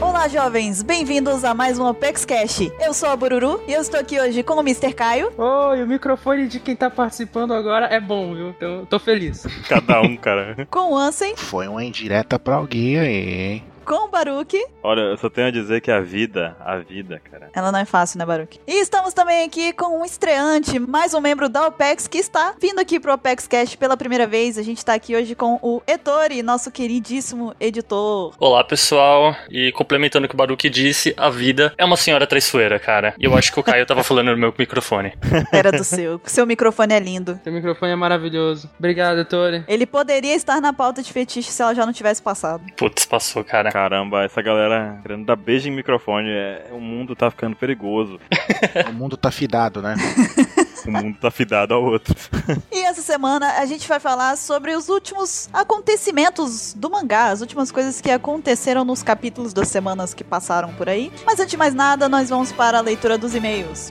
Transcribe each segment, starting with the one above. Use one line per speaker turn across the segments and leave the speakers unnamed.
Olá, jovens! Bem-vindos a mais um Opex Cash. Eu sou a Bururu e eu estou aqui hoje com o Mr. Caio.
Oi, o microfone de quem tá participando agora é bom, viu? Então, tô feliz.
Cada um, cara.
Com o Ansem,
Foi uma indireta pra alguém aí, hein?
com o Baruque.
Olha, eu só tenho a dizer que a vida, a vida, cara.
Ela não é fácil, né, Baruque? E estamos também aqui com um estreante, mais um membro da OPEX, que está vindo aqui pro OPEX Cash pela primeira vez. A gente está aqui hoje com o Ettore, nosso queridíssimo editor.
Olá pessoal, e complementando o que o Baruque disse, a vida é uma senhora traiçoeira, cara. E eu acho que o Caio tava falando no meu microfone.
Era do seu. Seu microfone é lindo.
Seu microfone é maravilhoso. Obrigado, Tore.
Ele poderia estar na pauta de fetiche se ela já não tivesse passado.
Putz, passou, cara.
Caramba, essa galera querendo dar beijo em microfone. é- o mundo tá ficando perigoso.
O mundo tá fidado, né?
O mundo tá fidado ao outro.
E essa semana a gente vai falar sobre os últimos acontecimentos do mangá, as últimas coisas que aconteceram nos capítulos das semanas que passaram por aí. Mas antes de mais nada, nós vamos para a leitura dos e-mails.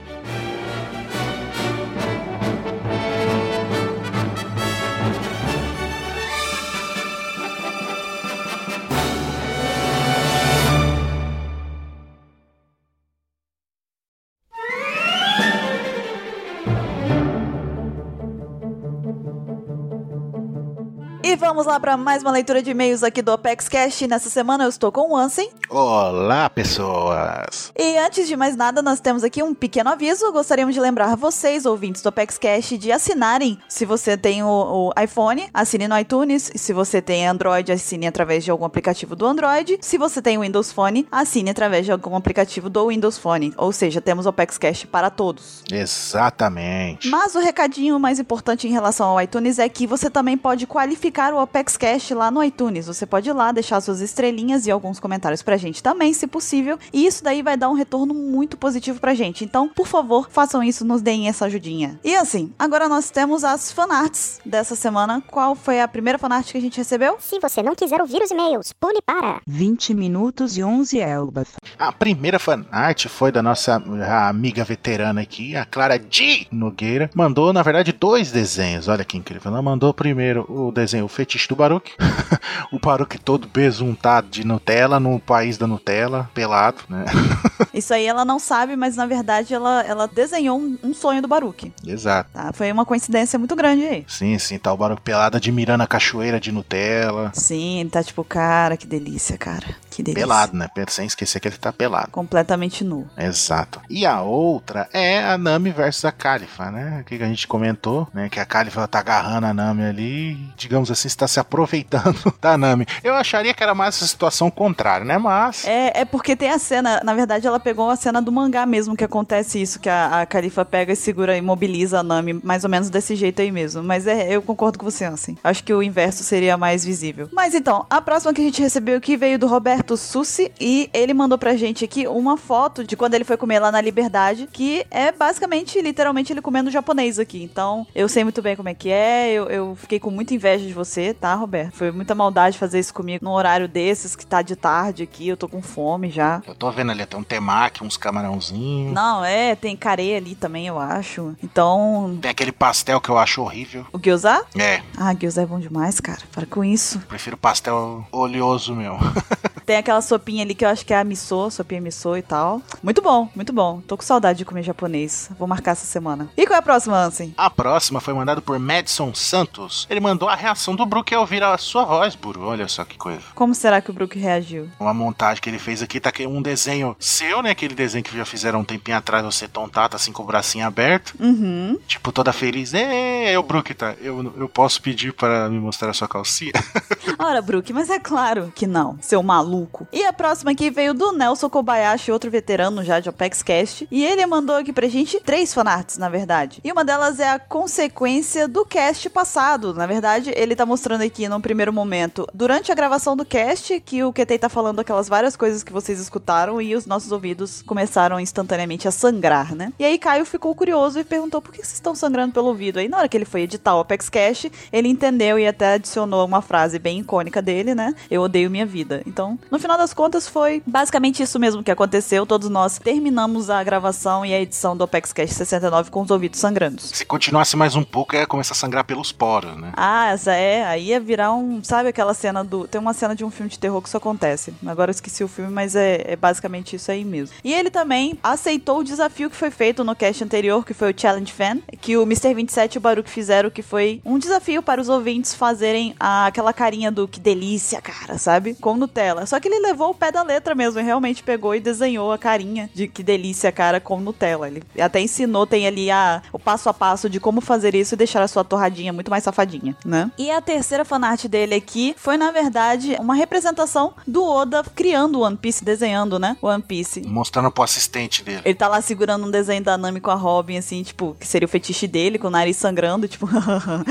E vamos lá para mais uma leitura de e-mails aqui do Apex Cash. Nessa semana eu estou com o Ansem.
Olá, pessoas!
E antes de mais nada, nós temos aqui um pequeno aviso. Gostaríamos de lembrar vocês, ouvintes do Apex Cash, de assinarem. Se você tem o, o iPhone, assine no iTunes. Se você tem Android, assine através de algum aplicativo do Android. Se você tem Windows Phone, assine através de algum aplicativo do Windows Phone. Ou seja, temos o Apex Cash para todos.
Exatamente.
Mas o recadinho mais importante em relação ao iTunes é que você também pode qualificar o Apex Cash lá no iTunes. Você pode ir lá deixar suas estrelinhas e alguns comentários pra gente também, se possível. E isso daí vai dar um retorno muito positivo pra gente. Então, por favor, façam isso, nos deem essa ajudinha. E assim, agora nós temos as fanarts dessa semana. Qual foi a primeira fanart que a gente recebeu?
Se você não quiser ouvir os e-mails, pule para.
20 minutos e 11 elbas.
A primeira fanart foi da nossa a amiga veterana aqui, a Clara D. Nogueira. Mandou, na verdade, dois desenhos. Olha que incrível. Ela mandou primeiro o desenho O Fetiche do Baruque. o Baruque todo besuntado de Nutella, no país da Nutella, pelado, né?
Isso aí ela não sabe, mas na verdade ela, ela desenhou um, um sonho do Baruque.
Exato.
Tá? Foi uma coincidência muito grande aí.
Sim, sim, tá o Baruque pelado admirando a cachoeira de Nutella.
Sim, ele tá tipo, cara, que delícia, cara. Que delícia.
Pelado, né? Sem esquecer que ele tá pelado.
completamente nu.
Exato. E a outra é a Nami versus a Califa, né? O que que a gente comentou, né? Que a Califa tá agarrando a Nami ali, digamos assim, está se aproveitando da Nami. Eu acharia que era mais a situação contrária, né? Mas.
É, é porque tem a cena, na verdade ela pegou a cena do mangá mesmo que acontece isso, que a, a Califa pega e segura e mobiliza a Nami, mais ou menos desse jeito aí mesmo. Mas é, eu concordo com você, assim. Acho que o inverso seria mais visível. Mas então, a próxima que a gente recebeu aqui veio do Roberto Sussi e ele mandou pra gente aqui uma foto de quando ele foi comer lá na Liberdade, que é basicamente, literalmente, ele comendo japonês aqui. Então, eu sei muito bem como é que é, eu, eu fiquei com muita inveja de você, tá, Roberto? Foi muita maldade fazer isso comigo num horário desses, que tá de tarde aqui, eu tô com fome já.
Eu tô vendo ali até um temaki, uns camarãozinhos.
Não, é, tem careia ali também, eu acho. Então,
Tem aquele pastel que eu acho horrível.
o gyoza?
É,
Ah, gyoza é bom demais, cara. Para com isso.
prefiro pastel oleoso meu.
Tem aquela sopinha ali que eu acho que é a missô, sopinha missô e tal. Muito bom, muito bom. Tô com saudade de comer japonês. Vou marcar essa semana. E qual é a próxima, Ansem?
A próxima foi mandada por Madison Santos. Ele mandou a reação do Brook ao ouvir a sua voz, Buru. Olha só que coisa.
Como será que o Brook reagiu?
Uma montagem que ele fez aqui, tá aqui um desenho seu, né? Aquele desenho que já fizeram um tempinho atrás, você tontata assim com o bracinho aberto.
Uhum.
Tipo, toda feliz. É, o Brook, tá? Eu, eu posso pedir para me mostrar a sua calcinha?
Ora, Brook, mas é claro que não, seu maluco. E a próxima aqui veio do Nelson Kobayashi, outro veterano já de Apex Cast, e ele mandou aqui pra gente três fanarts, na verdade. E uma delas é a consequência do cast passado. Na verdade, ele tá mostrando aqui num primeiro momento, durante a gravação do cast, que o QT tá falando aquelas várias coisas que vocês escutaram e os nossos ouvidos começaram instantaneamente a sangrar, né? E aí Caio ficou curioso e perguntou por que vocês estão sangrando pelo ouvido. Aí na hora que ele foi editar o Apex Cash, ele entendeu e até adicionou uma frase bem icônica dele, né? Eu odeio minha vida. Então, No final das contas, foi basicamente isso mesmo que aconteceu. Todos nós terminamos a gravação e a edição do Apex Cash 69 com os ouvidos sangrantes.
Se continuasse mais um pouco, ia começar a sangrar pelos poros, né?
Ah, essa é. Aí ia virar um. Sabe aquela cena do. Tem uma cena de um filme de terror que isso acontece. Agora eu esqueci o filme, mas é, é basicamente isso aí mesmo. E ele também aceitou o desafio que foi feito no cast anterior, que foi o Challenge Fan, que o Mr. 27 e o Baruch fizeram, que foi um desafio para os ouvintes fazerem a- aquela carinha do que delícia, cara, sabe? Com Nutella. Só que ele levou o pé da letra mesmo, e realmente pegou e desenhou a carinha de que delícia, cara, com Nutella. Ele até ensinou, tem ali a, o passo a passo de como fazer isso e deixar a sua torradinha muito mais safadinha, né? E a terceira fanart dele aqui foi, na verdade, uma representação do Oda criando o One Piece, desenhando, né? O One Piece.
Mostrando pro assistente dele.
Ele tá lá segurando um desenho da Nami com a Robin, assim, tipo, que seria o fetiche dele, com o nariz sangrando, tipo,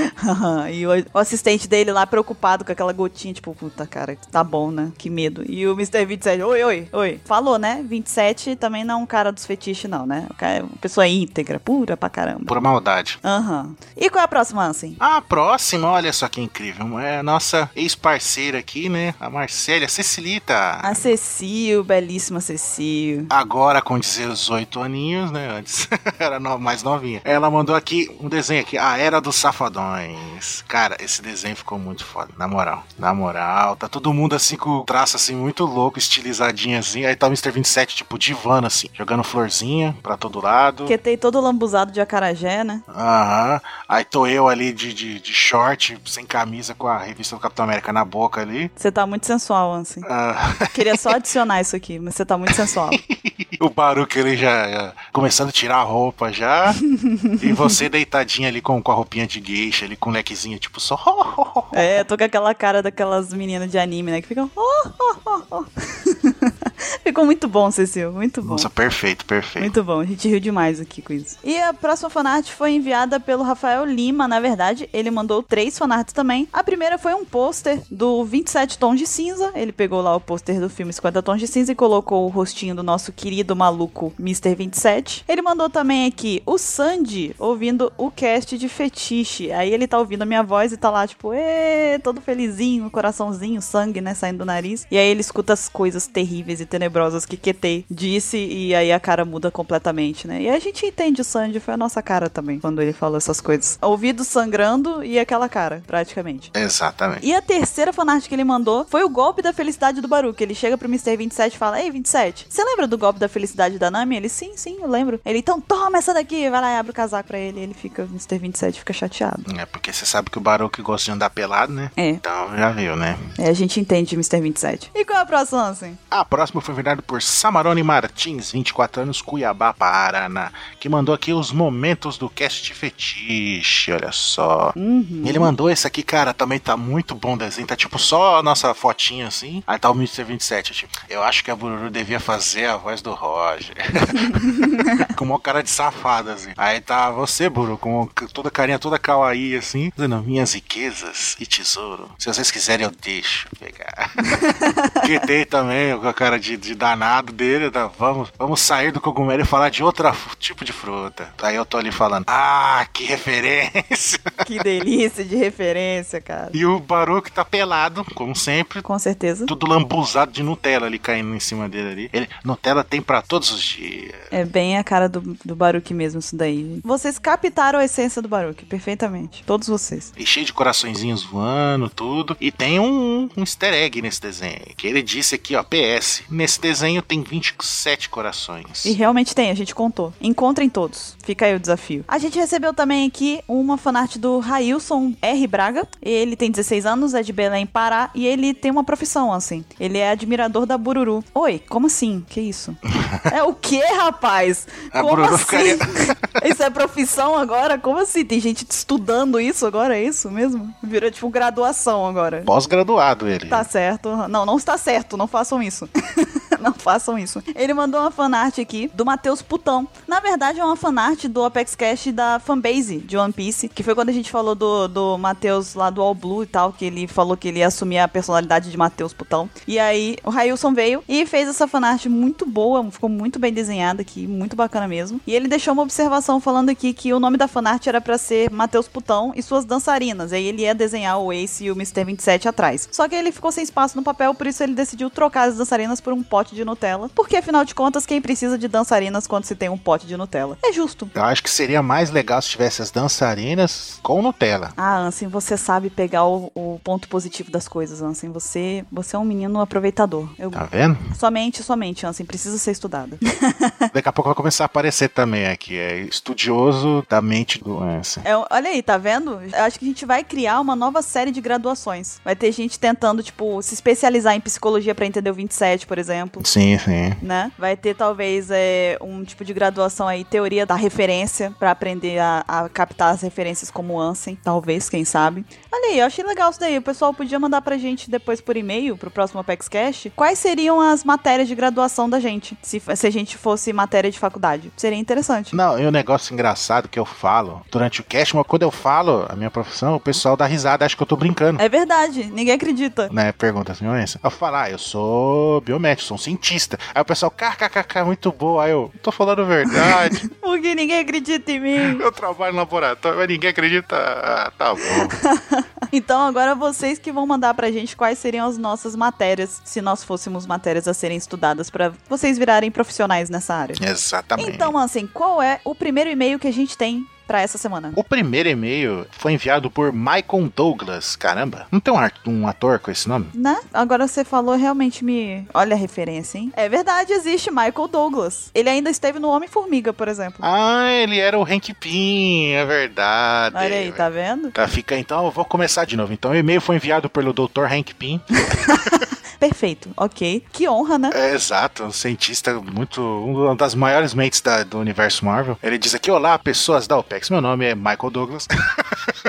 e o, o assistente dele lá preocupado com aquela gotinha, tipo, puta cara, tá bom, né? Que medo. E o Mr. 27, oi, oi, oi. Falou, né? 27 também não é um cara dos fetiches, não, né? O cara é uma pessoa íntegra, pura pra caramba.
Pura maldade.
Aham. E qual é a próxima, Ansem?
A próxima, olha só que incrível. É a nossa ex-parceira aqui, né? A Marcélia Cecilita.
A Cecil, belíssima Cecil.
Agora com 18 aninhos, né? Antes era no- mais novinha. Ela mandou aqui um desenho aqui, A Era dos Safadões. Cara, esse desenho ficou muito foda, na moral. Na moral, tá todo mundo assim com o traço assim muito louco, estilizadinho assim. Aí tá o Mr. 27 tipo divano assim, jogando florzinha pra todo lado.
Que tem todo lambuzado de acarajé, né?
Aham. Aí tô eu ali de, de, de short, sem camisa, com a revista do Capitão América na boca ali.
Você tá muito sensual, Ansem.
Ah,
Queria só adicionar isso aqui, mas você tá muito sensual.
o Baruque ele já, já começando a tirar a roupa já. e você deitadinha ali com, com a roupinha de gueixa, ali com o lequezinho, tipo só.
É, tô com aquela cara daquelas meninas de anime, né? Que ficam. "Oh, oh, oh, oh." Ficou muito bom, Cecil. Muito bom.
Nossa, perfeito, perfeito.
Muito bom, a gente riu demais aqui com isso. E a próxima fanart foi enviada pelo Rafael Lima, na verdade, ele mandou três fanarts também. A primeira foi um pôster do 27 Tons de Cinza, ele pegou lá o pôster do filme 50 Tons de Cinza e colocou o rostinho do nosso querido maluco Mr. 27. Ele mandou também aqui o Sandy ouvindo o cast de fetiche. Aí ele tá ouvindo a minha voz e tá lá tipo, ê, todo felizinho, coraçãozinho, sangue, né, saindo do nariz. E aí ele escuta as coisas terríveis e tenebrosas que Ketei disse e aí a cara muda completamente, né? E a gente entende o Sandy, foi a nossa cara também quando ele falou essas coisas. Ouvido sangrando e aquela cara, praticamente.
Exatamente.
E a terceira fanart que ele mandou foi o golpe da felicidade do Baruque. Ele chega pro Mr. 27 e fala: Ei, 27, você lembra do golpe da felicidade da Nami? Ele, sim, sim, eu lembro. Ele, então toma essa daqui, vai lá e abre o casaco pra ele. Ele fica, Mr. 27 fica chateado.
É porque você sabe que o Baruque gosta de andar pelado, né?
É.
Então já viu, né?
É, a gente entende Mr. 27. E qual é a próxima, assim?
A próxima foi enviada por Samarone Martins, 24 anos, Cuiabá, Paraná, que mandou aqui os momentos do cast de fetiche, olha só.
Uhum.
Ele mandou esse aqui, cara, também tá muito bom o desenho, tá tipo só a nossa fotinha assim. Aí tá o Mr. 27, tipo, eu acho que a Bururu devia fazer a voz do Roger. com uma cara de safada, assim. Aí tá você, Buru, com toda carinha, toda kawaii, assim, dizendo, minhas riquezas e tesouro. Se vocês quiserem, eu deixo pegar. que tem também com a cara de, de danado dele, tá? vamos, vamos sair do cogumelo e falar de outro tipo de fruta. Aí eu tô ali falando, ah, que referência.
Que delícia de referência, cara.
E o Baruch tá pelado, como sempre,
Com certeza.
tudo lambuzado de Nutella ali caindo em cima dele ali. Ele, Nutella tem pra todos os dias.
É bem a cara do, do Baruque mesmo, isso daí. Vocês captaram a essência do Baruque, perfeitamente. Todos vocês.
E cheio de coraçõezinhos voando, tudo. E tem um, um easter egg nesse desenho. Que ele disse aqui, ó, PS. Nesse desenho tem 27 corações.
E realmente tem, a gente contou. Encontrem todos. Fica aí o desafio. A gente recebeu também aqui uma fanart do Railson R. Braga. Ele tem 16 anos, é de Belém, Pará, e ele tem uma profissão, assim. Ele é admirador da Bururu. Oi, como assim? Que isso? é o quê, rapaz?
A
como
Bururu
assim?
ficaria-
isso é profissão agora? Como assim? Tem gente estudando isso agora? É isso mesmo? Virou tipo graduação agora.
Pós-graduado ele.
Tá certo. Não, não está certo, não façam isso. Não façam isso. Ele mandou uma fanart aqui do Matheus Putão. Na verdade, é uma fanart do Apex Cash da fanbase de One Piece, que foi quando a gente falou do, do Matheus lá do All Blue e tal, que ele falou que ele ia assumir a personalidade de Matheus Putão. E aí o Railson veio e fez essa fanart muito boa, ficou muito bem desenhada aqui, muito bacana mesmo. E ele deixou uma observação falando aqui que o nome da fanart era pra ser Matheus Putão e suas dançarinas. Aí ele ia desenhar o Ace e o Mr. 27 atrás. Só que ele ficou sem espaço no papel, por isso ele decidiu trocar as dançarinas por um pote de Nutella. Porque afinal de contas, quem precisa de dançarinas quando se tem um pote de Nutella? É justo.
Eu acho que seria mais legal se tivesse as dançarinas com Nutella.
Ah, Ansem, você sabe pegar o, o ponto positivo das coisas, Ansem. Você, você é um menino aproveitador. Eu,
Tá vendo?
Somente, somente, Ansem. Precisa ser estudada.
Daqui a pouco vai começar a aparecer também aqui. É estudioso da mente do Ansem.
É, olha aí, tá vendo? Eu acho que a gente vai criar uma nova série de graduações. Vai ter gente tentando, tipo, se especializar em psicologia pra entender o 27, por exemplo.
Sim, sim.
Né? Vai ter talvez é, um tipo de graduação aí, teoria da referência, pra aprender a, a captar as referências como Ansem, talvez, quem sabe. Olha aí, eu achei legal isso daí. O pessoal podia mandar pra gente depois por e-mail, pro próximo Apex Cash, quais seriam as matérias de graduação da gente, se, se a gente fosse matéria de faculdade. Seria interessante.
Não, e um negócio engraçado que eu falo durante o cast, mas quando eu falo a minha profissão, o pessoal dá risada, acha que eu tô brincando.
É verdade, ninguém acredita.
Né, pergunta assim, Ansem. Eu falo, ah, eu sou biomédico, sou um cientista. Aí o pessoal, kkkk, muito boa. Aí eu, tô falando verdade.
Porque ninguém acredita em mim.
Eu trabalho no laboratório, mas ninguém acredita. Ah, tá bom.
Então agora vocês que vão mandar pra gente quais seriam as nossas matérias, se nós fôssemos matérias a serem estudadas pra vocês virarem profissionais nessa área.
Exatamente.
Então, assim, qual é o primeiro e-mail que a gente tem pra essa semana?
O primeiro e-mail foi enviado por Michael Douglas. Caramba, não tem um, ar- um ator com esse nome?
Né? Agora você falou, realmente me. Olha a referência, hein? É verdade, existe Michael Douglas. Ele ainda esteve no Homem-Formiga, por exemplo.
Ah, ele era o Hank Pym, é verdade.
Olha aí, tá vendo?
Tá, fica então, eu vou começar de novo. Então, o e-mail foi enviado pelo Dr. Hank Pym.
Perfeito, ok. Que honra, né?
É, exato, um cientista muito. uma das maiores mentes da- do universo Marvel. Ele diz aqui: Olá, pessoas da OPEX. Meu nome é Michael Douglas.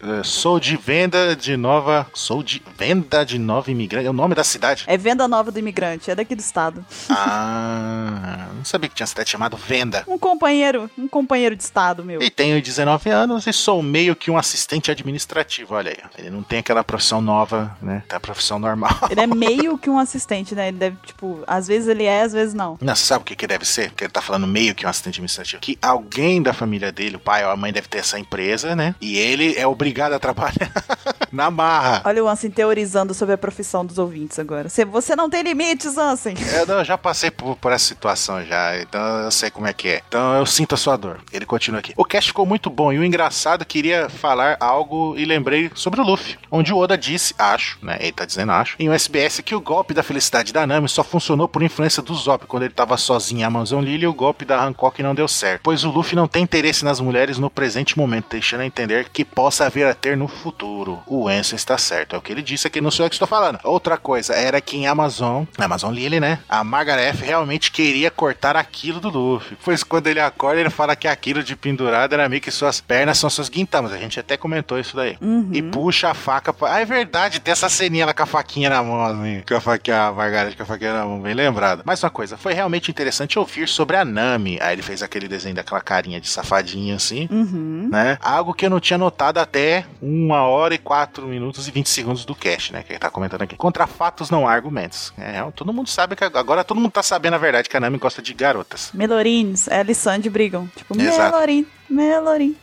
Eh, Sou de venda de nova. Sou de venda de nova imigrante. É o nome da cidade?
É venda nova do imigrante, é daqui do estado.
Ah, não sabia que tinha cidade chamada Venda.
Um companheiro, um companheiro de estado, meu.
E tenho 19 anos e sou meio que um assistente administrativo. Olha aí, ó. ele não tem aquela profissão nova, né? Tem a profissão normal.
Ele é meio que um assistente, né? Ele deve, tipo, às vezes ele é, às vezes não.
Não, você sabe o que, que deve ser? Porque ele tá falando meio que um assistente administrativo. Que alguém da família dele, o pai ou a mãe, deve ter essa empresa, né? E ele é obrigado a trabalhar na marra.
Olha o Ansem teorizando sobre a profissão dos ouvintes agora. Você, você não tem limites, Ansem.
Eu, é, não, eu já passei por, por essa situação já, então eu sei como é que é. Então eu sinto a sua dor. Ele continua aqui. O cast ficou muito bom e o engraçado queria falar algo e lembrei sobre o Luffy, onde o Oda disse, acho, né? Ele tá dizendo acho, em um SBS que o golpe da felicidade da Nami só funcionou por influência do Zop quando ele tava sozinho em Amazon Lily e o golpe da Hancock não deu certo, pois o Luffy não tem interesse nas mulheres no presente momento, deixando a entender que possa vir a ter no futuro. O Enzo está certo, é o que ele disse aqui, não sei o que estou falando. Outra coisa era que em Amazon, na Amazon Lily, né? A Margaret F realmente queria cortar aquilo do Luffy, pois quando ele acorda, ele fala que aquilo de pendurado era meio que suas pernas são seus guintamas. A gente até comentou isso daí. E
Uhum.
puxa a faca. Pra... Ah, é verdade, tem essa ceninha lá com a faquinha na mão, assim. Com a faquinha, a Margareth com a faquinha na mão, bem lembrado. Mais uma coisa, foi realmente interessante ouvir sobre a Nami. Aí ele fez aquele desenho daquela carinha de safadinha, assim,
Uhum.
né? Algo que eu não tinha notado até uma hora e quatro minutos e 20 segundos do cast, né? Que ele tá comentando aqui. Contra fatos não há argumentos. É, todo mundo sabe que agora todo mundo tá sabendo a verdade que a Nami gosta de garotas.
Melorines, ela e Sandy brigam. Tipo,
Exato.
Melorin, Melorin.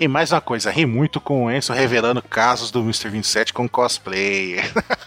E mais uma coisa, ri muito com o Enzo revelando casos do Mr. 27 com cosplay.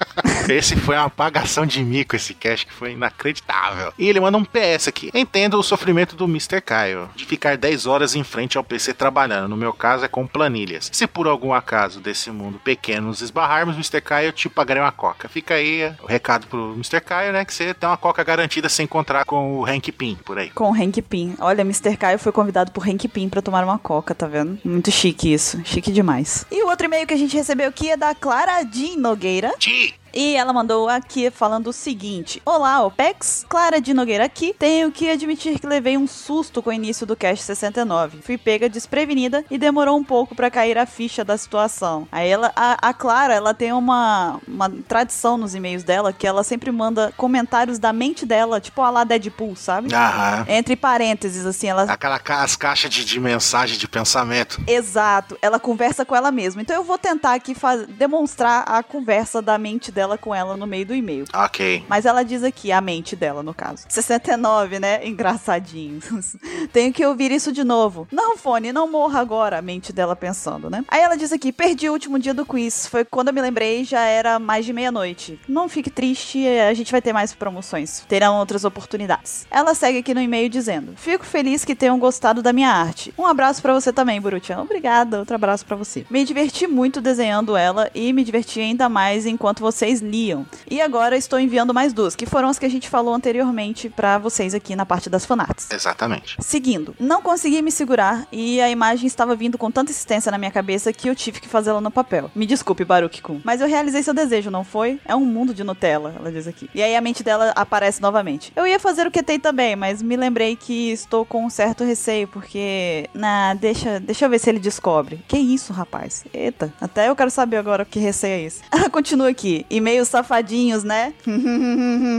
esse foi uma apagação de mico, esse cast que foi inacreditável. E ele manda um PS aqui. Entendo o sofrimento do Mr. Caio de ficar 10 horas em frente ao PC trabalhando. No meu caso é com planilhas. Se por algum acaso desse mundo pequeno nos esbarrarmos, Mr. Caio, eu te pagarei uma coca. Fica aí o recado pro Mr. Caio, né? Que você tem uma coca garantida se encontrar com o Hank Pym por aí.
Com o Hank Pym. Olha, Mr. Caio foi convidado por Hank Pym pra tomar uma coca, tá vendo? Muito chique isso. Chique demais. E o outro e-mail que a gente recebeu aqui é da Clara Jean Nogueira.
Ti!
E ela mandou aqui falando o seguinte: Olá, OPEX, Clara de Nogueira aqui. Tenho que admitir que levei um susto com o início do Cast 69. Fui pega desprevenida e demorou um pouco pra cair a ficha da situação. Aí ela, a, a Clara, ela tem uma, uma tradição nos e-mails dela que ela sempre manda comentários da mente dela, tipo a lá Deadpool, sabe?
Aham.
Entre parênteses, assim, ela
Aquela ca- as caixas de, de mensagem de pensamento.
Exato, ela conversa com ela mesma. Então eu vou tentar aqui faz- demonstrar a conversa da mente dela com ela no meio do e-mail.
Ok.
Mas ela diz aqui, a mente dela, no caso. 69, né? Engraçadinho. Tenho que ouvir isso de novo. Não, fone, não morra agora, a mente dela pensando, né? Aí ela diz aqui, perdi o último dia do quiz. Foi quando eu me lembrei, já era mais de meia-noite. Não fique triste, eh, a gente vai ter mais promoções. Terão outras oportunidades. Ela segue aqui no e-mail dizendo: Fico feliz que tenham gostado da minha arte. Um abraço pra você também, Burutian. Obrigada, outro abraço pra você. Me diverti muito desenhando ela e me diverti ainda mais enquanto vocês liam. E agora estou enviando mais duas, que foram as que a gente falou anteriormente pra vocês aqui na parte das fanarts.
Exatamente.
Seguindo, não consegui me segurar e a imagem estava vindo com tanta insistência na minha cabeça que eu tive que fazê-la no papel. Me desculpe, Baruch Kun, mas eu realizei seu desejo, não foi? É um mundo de Nutella, ela diz aqui. E aí a mente dela aparece novamente. Eu ia fazer o que tem também, mas me lembrei que estou com um certo receio, porque. Na, deixa, deixa eu ver se ele descobre. Que isso, rapaz? Eita, até eu quero saber agora que receio é esse. Ela continua aqui. E meio safadinhos, né?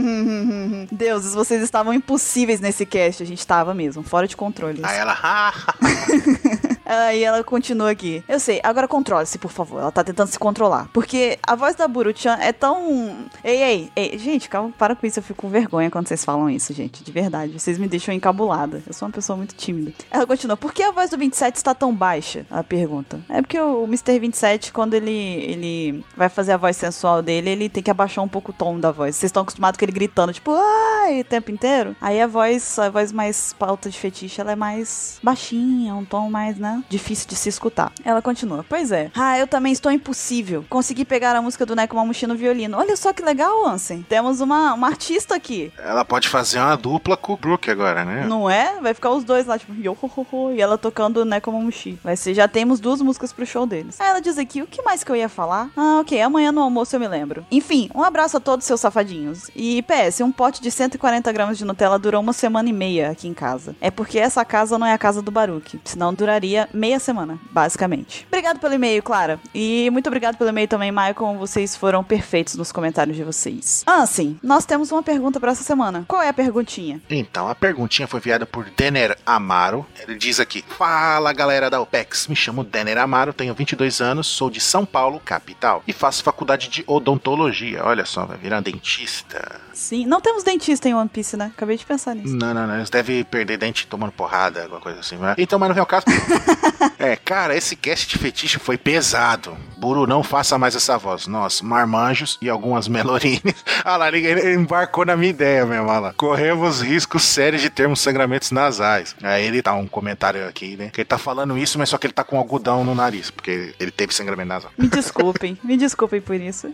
Deuses, vocês estavam impossíveis nesse cast. A gente tava mesmo, fora de controle.
Aí ela, ah,
Aí Ah, ela continua aqui. Eu sei, agora controle-se, por favor. Ela tá tentando se controlar. Porque a voz da Buru-chan é tão. Ei, ei, ei. Gente, calma, para com isso. Eu fico com vergonha quando vocês falam isso, gente. De verdade. Vocês me deixam encabulada. Eu sou uma pessoa muito tímida. Ela continua. Por que a voz do 27 está tão baixa? Ela pergunta. É porque o Mr. 27, quando ele, ele vai fazer a voz sensual dele, ele tem que abaixar um pouco o tom da voz. Vocês estão acostumados com ele gritando, tipo, ai, o tempo inteiro. Aí a voz, a voz mais pauta de fetiche, ela é mais baixinha, um tom mais, né? Difícil de se escutar. Ela continua. Pois é. Ah, eu também estou impossível. Consegui pegar a música do Neco Mamushi no violino. Olha só que legal, Ansem. Temos uma, uma artista aqui.
ela pode fazer uma dupla com o Brook agora, né?
Não é? Vai ficar os dois lá, tipo, yo, ho, ho, ho, e ela tocando né, um Nekomamushi. Vai ser, já temos duas músicas pro show deles. Aí ela diz aqui, o que mais que eu ia falar? Ah, ok, amanhã no almoço eu me lembro. Enfim, um abraço a todos seus safadinhos. E PS, um pote de 140 gramas de Nutella durou uma semana e meia aqui em casa. É porque essa casa não é a casa do Baruque, senão duraria meia semana, basicamente. Obrigado pelo e-mail, Clara. E muito obrigado pelo e-mail também, Maicon. Vocês foram perfeitos nos comentários de vocês. Ah, sim, nós temos uma pergunta pra essa semana. Qual é a perguntinha?
Então, a perguntinha foi enviada por Denner Amaro. Ele diz aqui: Fala galera da OPEX, me chamo Denner Amaro, tenho 22 anos, sou de São Paulo, capital, e faço faculdade de odontologia. Olha só, vai virar dentista.
Sim, não temos dentista em One Piece, né? Acabei de pensar nisso.
Não, não, não, eles devem perder dente tomando porrada, alguma coisa assim. né? Então, mas não é o caso. é, cara, esse cast de fetiche foi pesado. Buru, não faça mais essa voz. Nós, marmanjos e algumas melorines. Ah lá, ele- ele embarcou na minha ideia mesmo, olha lá. Corremos riscos sérios de termos sangramentos nasais. Aí ele tá um comentário aqui, né? Que ele tá falando isso, mas só que ele tá com algodão no nariz, porque ele teve sangramento nasal.
Me desculpem, me desculpem por isso.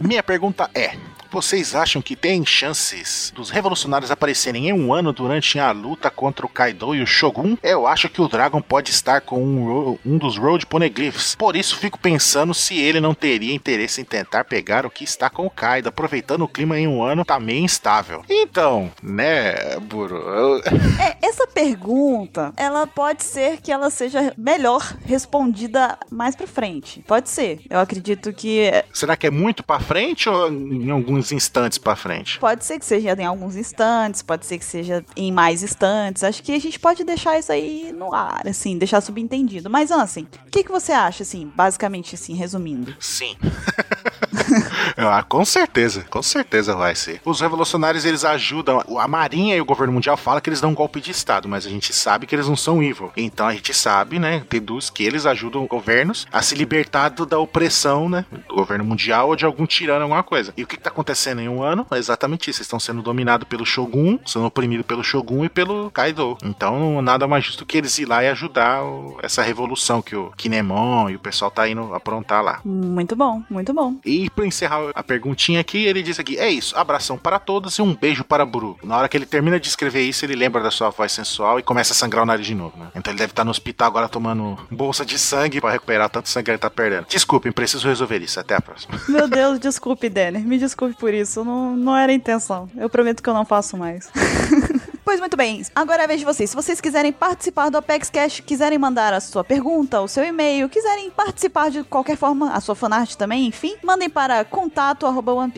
Minha pergunta é: vocês acham que tem chances dos revolucionários aparecerem em um ano durante a luta contra o Kaido e o Shogun? Eu acho que o Dragon pode estar com um, ro- um dos Road Poneglyphs. Por isso, fico pensando se ele não teria interesse em tentar pegar o que está com o Kaido, aproveitando o clima em um ano tá meio instável. Então, né, Buru? Eu-
É, essa pergunta, ela pode ser que ela seja melhor respondida mais pra frente. Pode ser. Eu acredito que
Será que é muito pra frente ou em alguns instantes pra frente?
pode ser que seja em alguns instantes, pode ser que seja em mais instantes. Acho que a gente pode deixar isso aí no ar, assim, deixar subentendido. Mas, assim, o que, que você acha, assim, basicamente, assim, resumindo?
Sim. ah, com certeza, com certeza vai ser. Os revolucionários eles ajudam. A Marinha e o governo mundial fala que eles dão um golpe de Estado, mas a gente sabe que eles não são evil. Então a gente sabe, né? Deduz que eles ajudam governos a se libertar do- da opressão, né? Do governo mundial ou de algum tirano, alguma coisa. E o que, que tá acontecendo em um ano? É exatamente isso. Eles estão sendo dominados pelo Shogun, sendo oprimidos pelo Shogun e pelo Kaido. Então nada mais justo que eles ir lá e ajudar o- essa revolução que o Kinemon e o pessoal tá indo aprontar lá.
Muito bom, muito bom.
E pra encerrar a perguntinha aqui e ele diz aqui: é isso, abração para todos e um beijo para Bru. Na hora que ele termina de escrever isso, ele lembra da sua voz sensual e começa a sangrar o nariz de novo, né? Então ele deve estar no hospital agora tomando bolsa de sangue para recuperar tanto sangue que ele tá perdendo. Desculpem, preciso resolver isso. Até a próxima.
Meu Deus, desculpe, Denner. Me desculpe por isso. Não, não era a intenção. Eu prometo que eu não faço mais. Pois muito bem, agora é a vez de vocês. Se vocês quiserem participar do Apex Cash, quiserem mandar a sua pergunta, o seu e-mail, quiserem participar de qualquer forma, a sua fanart também, enfim, mandem para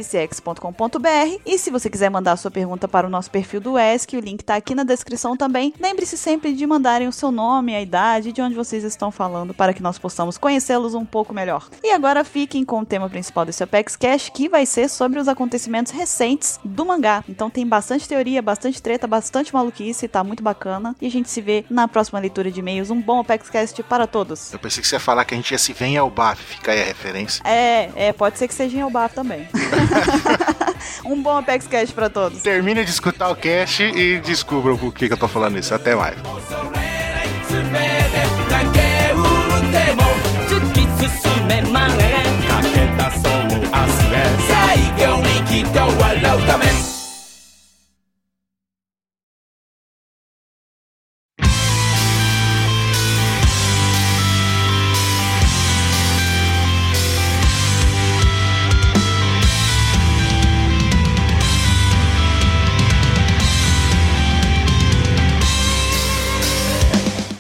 contato@onepcx.com.br. E se você quiser mandar a sua pergunta para o nosso perfil do ESC, o link tá aqui na descrição também. Lembre-se sempre de mandarem o seu nome, a idade, de onde vocês estão falando para que nós possamos conhecê-los um pouco melhor. E agora fiquem com o tema principal desse Apex Cash, que vai ser sobre os acontecimentos recentes do mangá. Então tem bastante teoria, bastante treta, bastante maluquice, tá muito bacana. E a gente se vê na próxima leitura de e-mails. Um bom Apex Cast para todos.
Eu pensei que você ia falar que a gente ia se ver em Elbaf, fica aí a referência.
É, é, pode ser que seja em Elbaf também. um bom Apex Cast para todos.
Termina de escutar o cast e descubra o que, que eu tô falando isso. Até mais.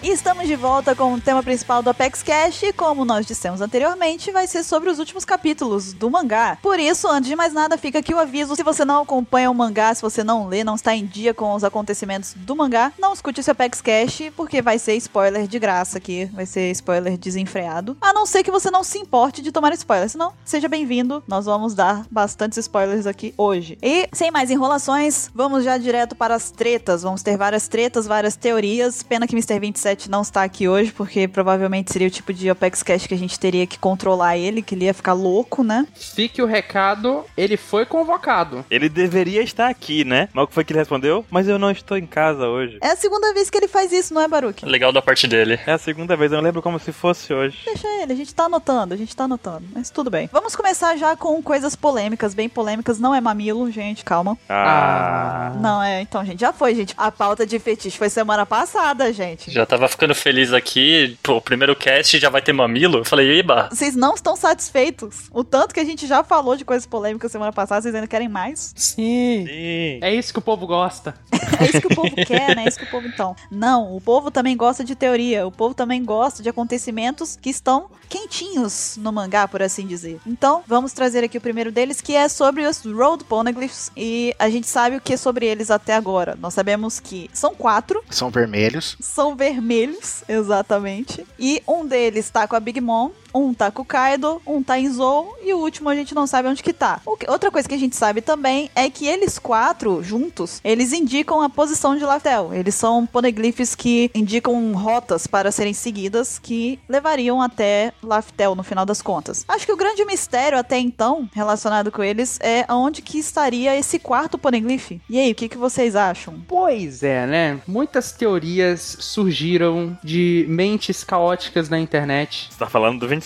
E estamos de volta com o tema principal do Apex Cash, e como nós dissemos anteriormente, vai ser sobre os últimos capítulos do mangá. Por isso, antes de mais nada, fica aqui o aviso: se você não acompanha o mangá, se você não lê, não está em dia com os acontecimentos do mangá, não escute esse Apex Cash, porque vai ser spoiler de graça aqui, vai ser spoiler desenfreado. A não ser que você não se importe de tomar spoiler, senão seja bem-vindo, nós vamos dar bastantes spoilers aqui hoje. E sem mais enrolações, vamos já direto para as tretas. Vamos ter várias tretas, várias teorias. Pena que Mr. 27 não está aqui hoje, porque provavelmente seria o tipo de Apex Cash que a gente teria que controlar ele, que ele ia ficar louco, né?
Fique o recado, ele foi convocado.
Ele deveria estar aqui, né? Mas o que foi que ele respondeu? Mas eu não estou em casa hoje.
É a segunda vez que ele faz isso, não é, Baruque?
Legal da parte dele.
É a segunda vez, eu lembro como se fosse hoje.
Deixa ele, a gente tá anotando, a gente tá anotando, mas tudo bem. Vamos começar já com coisas polêmicas, bem polêmicas. Não é mamilo, gente, calma.
Ah.
Não, é, então, gente, já foi, gente. A pauta de fetiche foi semana passada, gente.
Já tava ficando feliz aqui. Pô, o primeiro cast já vai ter mamilo. Eu falei, eba,
Vocês não estão satisfeitos. O tanto que a gente já falou de coisas polêmicas semana passada, vocês ainda querem mais?
Sim.
Sim.
É isso que o povo gosta.
É isso que o povo quer, né? É isso que o povo então. Não, o povo também gosta de teoria. O povo também gosta de acontecimentos que estão quentinhos no mangá, por assim dizer. Então, vamos trazer aqui o primeiro deles, que é sobre os Road Poneglyphs. E a gente sabe o que é sobre eles até agora. Nós sabemos que são quatro,
São vermelhos.
são vermelhos, exatamente. E um deles tá com a Big Mom, um tá com o Kaido, um tá em Zou e o último a gente não sabe onde que tá. O que- outra coisa que a gente sabe também é que eles quatro juntos, eles indicam a posição de Laftel. Eles são poneglyphs que indicam rotas para serem seguidas que levariam até Laftel no final das contas. Acho que o grande mistério até então relacionado com eles é aonde que estaria esse quarto poneglyph. E aí, o que que vocês acham?
Pois é, né? Muitas teorias surgiram de mentes caóticas na internet.
Você tá falando do 27.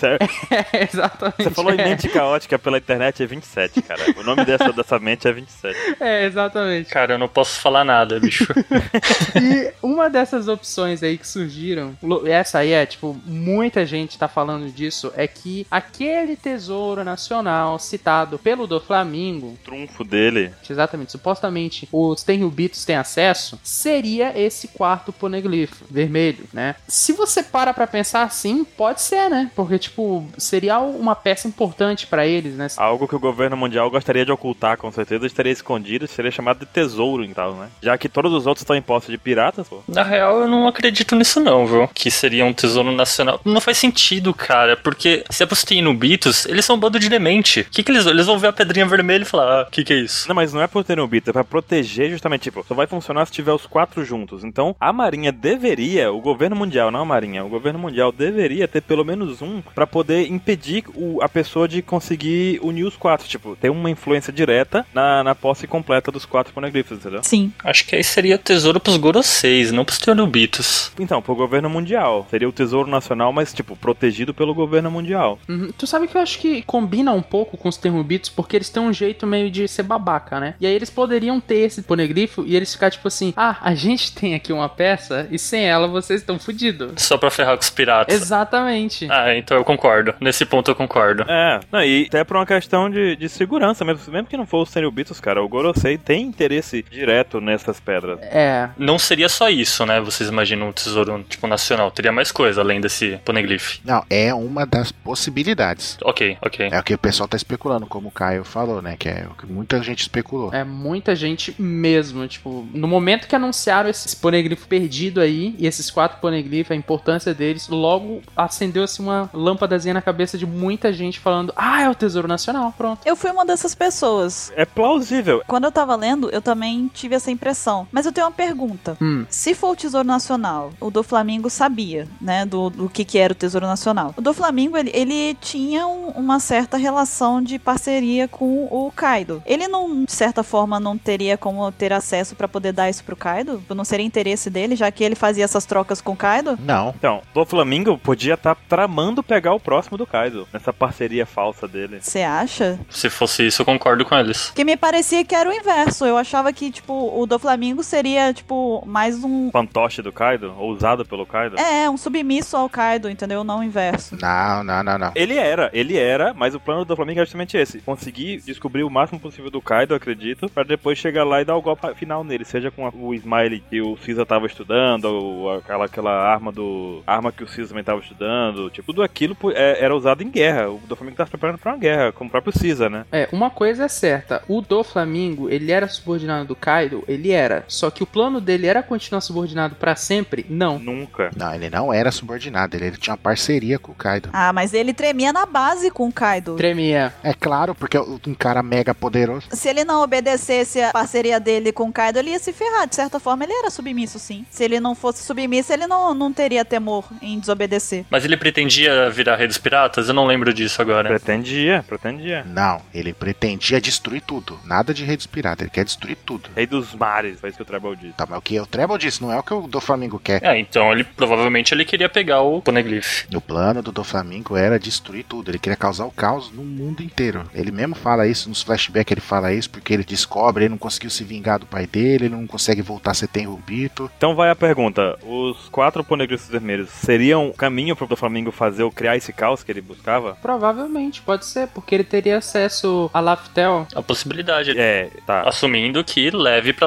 É, exatamente.
Você falou em
é.
mente caótica pela internet é 27, cara. O nome dessa, dessa mente é 27.
É, exatamente.
cara, eu não posso falar nada, bicho.
E uma dessas opções aí que surgiram, lo- essa aí é, tipo, muita gente tá falando disso, é que aquele tesouro nacional citado pelo do Flamengo,
O trunfo dele.
exatamente, supostamente os Tenryubitos têm acesso, seria esse quarto poneglyph vermelho, né? Se você para pra pensar assim, pode ser, né? Porque, tipo, seria uma peça importante pra eles, né?
Algo que o governo mundial gostaria de ocultar, com certeza, estaria escondido e seria chamado de tesouro e tal, né? Já que todos os outros estão em posse de piratas, pô.
Na real, eu não acredito nisso não, viu? Que seria um tesouro nacional. Não faz sentido, cara, porque se é pros Teinubitos, eles são um bando de demente. O que que eles vão? Eles vão ver a pedrinha vermelha e falar, ah, o que que é isso?
Não, mas não é por ter um bito, é pra proteger justamente, tipo, só vai funcionar se tiver os quatro juntos. Então, a marinha deveria, o governo mundial, não a marinha. O governo mundial deveria ter pelo menos um pra poder impedir o- a pessoa de conseguir unir os quatro. Tipo, ter uma influência direta na, na posse completa dos quatro poneglyphs, entendeu?
Sim.
Acho que aí seria tesouro pros Goroseis, não pros Teonubitos.
Então, pro governo mundial. Seria o tesouro nacional, mas, tipo, protegido pelo governo mundial.
Uhum. Tu sabe que eu acho que combina um pouco com os termobitos, porque eles têm um jeito meio de ser babaca, né? E aí eles poderiam ter esse ponegrifo e eles ficar tipo assim: ah, a gente tem aqui uma peça e sem ela vocês estão fudidos.
Só pra ferrar com os piratas.
Exatamente.
Ah, então eu concordo. Nesse ponto eu concordo.
É, não, e até por uma questão de, de segurança mesmo. Mesmo que não for os Serubitos, cara, o Gorosei tem interesse direto nessas pedras.
É.
Não seria só isso, né? Vocês imaginam um tesouro, tipo, nacional. Teria mais coisa além desse poneglyph.
Não, é uma das possibilidades.
Ok, ok.
É o que o pessoal tá especulando, como o Caio falou, né? Que é o que muita gente especulou.
É muita gente mesmo. Tipo, no momento que anunciaram esse ponegrifo perdido aí, e esses quatro ponegrifos, a importância deles, logo acendeu-se uma lâmpadazinha na cabeça de muita gente falando: ah, é o Tesouro Nacional, pronto.
Eu fui uma dessas pessoas.
É plausível.
Quando eu tava lendo, eu também tive essa impressão. Mas eu tenho uma pergunta.
Hum.
Se for o Tesouro Nacional, o do Flamengo sabia, né, do, do que, que era o Tesouro Nacional. O do Flamengo, ele, ele tinha um- uma certa relação de parceria com o Kaido. Ele não, de certa forma, não teria como ter acesso pra poder dar isso pro Kaido? Tipo, Não seria interesse dele, já que ele fazia essas trocas com o Kaido?
Não.
Então, o Flamingo podia estar tramando pegar o próximo do Kaido, nessa parceria falsa dele.
Você acha?
Se fosse isso, eu concordo com eles.
Porque me parecia que era o inverso. Eu achava que, tipo, o do Flamengo seria, tipo, mais um.
Fantoche do Kaido, ousado pelo Kaido.
É, um submisso ao Kaido, entendeu? Não o inverso.
Não, não, não, não.
Ele era, ele era, mas o plano do Flamengo é justamente esse: conseguir descobrir o máximo possível do Kaido, acredito, pra depois chegar lá e dar o golpe final nele, seja com a- o Smiley que o Caesar tava estudando, ou aquela, aquela arma do. arma que o Caesar também tava estudando, tipo, tudo aquilo pô, é- era usado em guerra. O do Flamengo tava se preparando pra uma guerra, como o próprio Caesar, né?
É, uma coisa é certa, o do Flamingo, ele era subordinado do Kaido, ele era, só que o plano dele era continuar subordinado pra sempre? Não.
Nunca.
Não, ele não era subordinado, ele, ele tinha uma parceria com o Kaido.
Ah, mas ele tremia na base com o Kaido.
Tremia.
É claro, porque é um cara mega poderoso.
Se ele não obedecesse a parceria dele com o Kaido, ele ia se ferrar. De certa forma, ele era submisso, sim. Se ele não fosse submisso, ele não, não teria temor em desobedecer.
Mas ele pretendia virar rei dos piratas? Eu não lembro disso
É.
agora.
Pretendia, pretendia.
Não, ele pretendia destruir tudo. Nada de rei dos piratas, ele quer destruir tudo.
Rei dos mares, foi isso que o Tribal disse.
Tá, mas o que o Treble disse não é o que o do Flamengo quer.
É, então ele provavelmente ele queria pegar o poneglyph.
O plano do Doflamingo era destruir tudo, ele queria causar o caos no mundo inteiro. Ele mesmo fala isso, nos flashbacks ele fala isso, porque ele descobre, ele não conseguiu se vingar do pai dele, ele não consegue voltar a ser Tenrubito.
Então vai a pergunta: os quatro poneglyphs vermelhos seriam o caminho pro Flamengo fazer ou criar esse caos que ele buscava?
Provavelmente, pode ser, porque ele teria acesso a Laftel.
A possibilidade.
É, tá.
Assumindo que leve pra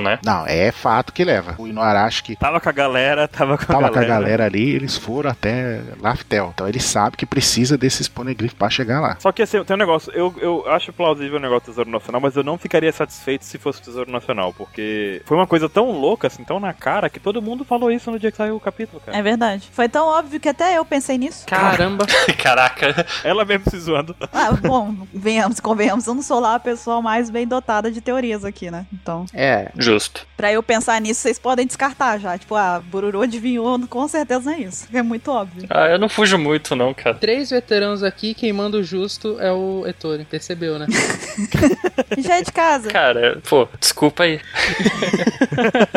né?
Não, é fato que leva. O Inuarashi que
Tava com a galera, tava com a
tava com a
galera.
galera ali, eles foram até Laftel. Então ele sabe que precisa desses poneglyphs pra chegar lá.
Só que assim, tem um negócio, eu, eu acho plausível o negócio do Tesouro Nacional, mas eu não ficaria satisfeito se fosse o Tesouro Nacional, porque foi uma coisa tão louca, assim, tão na cara, que todo mundo falou isso no dia que saiu o capítulo, cara.
É verdade. Foi tão óbvio que até eu pensei nisso.
Caramba.
Caraca.
Ela mesmo se zoando.
Ah, bom, venhamos, e convenhamos. Eu não sou lá a pessoa mais bem dotada de teorias aqui, né? Então,
É,
Justo.
pra eu pensar nisso, vocês podem descartar já. Tipo, ah, Bururu adivinhou, com certeza não é isso. É muito óbvio.
Ah, eu não fujo muito, não, cara.
três veteranos aqui, quem manda o justo é o Ettore, percebeu, né?
Já é de casa.
Cara, pô, desculpa aí.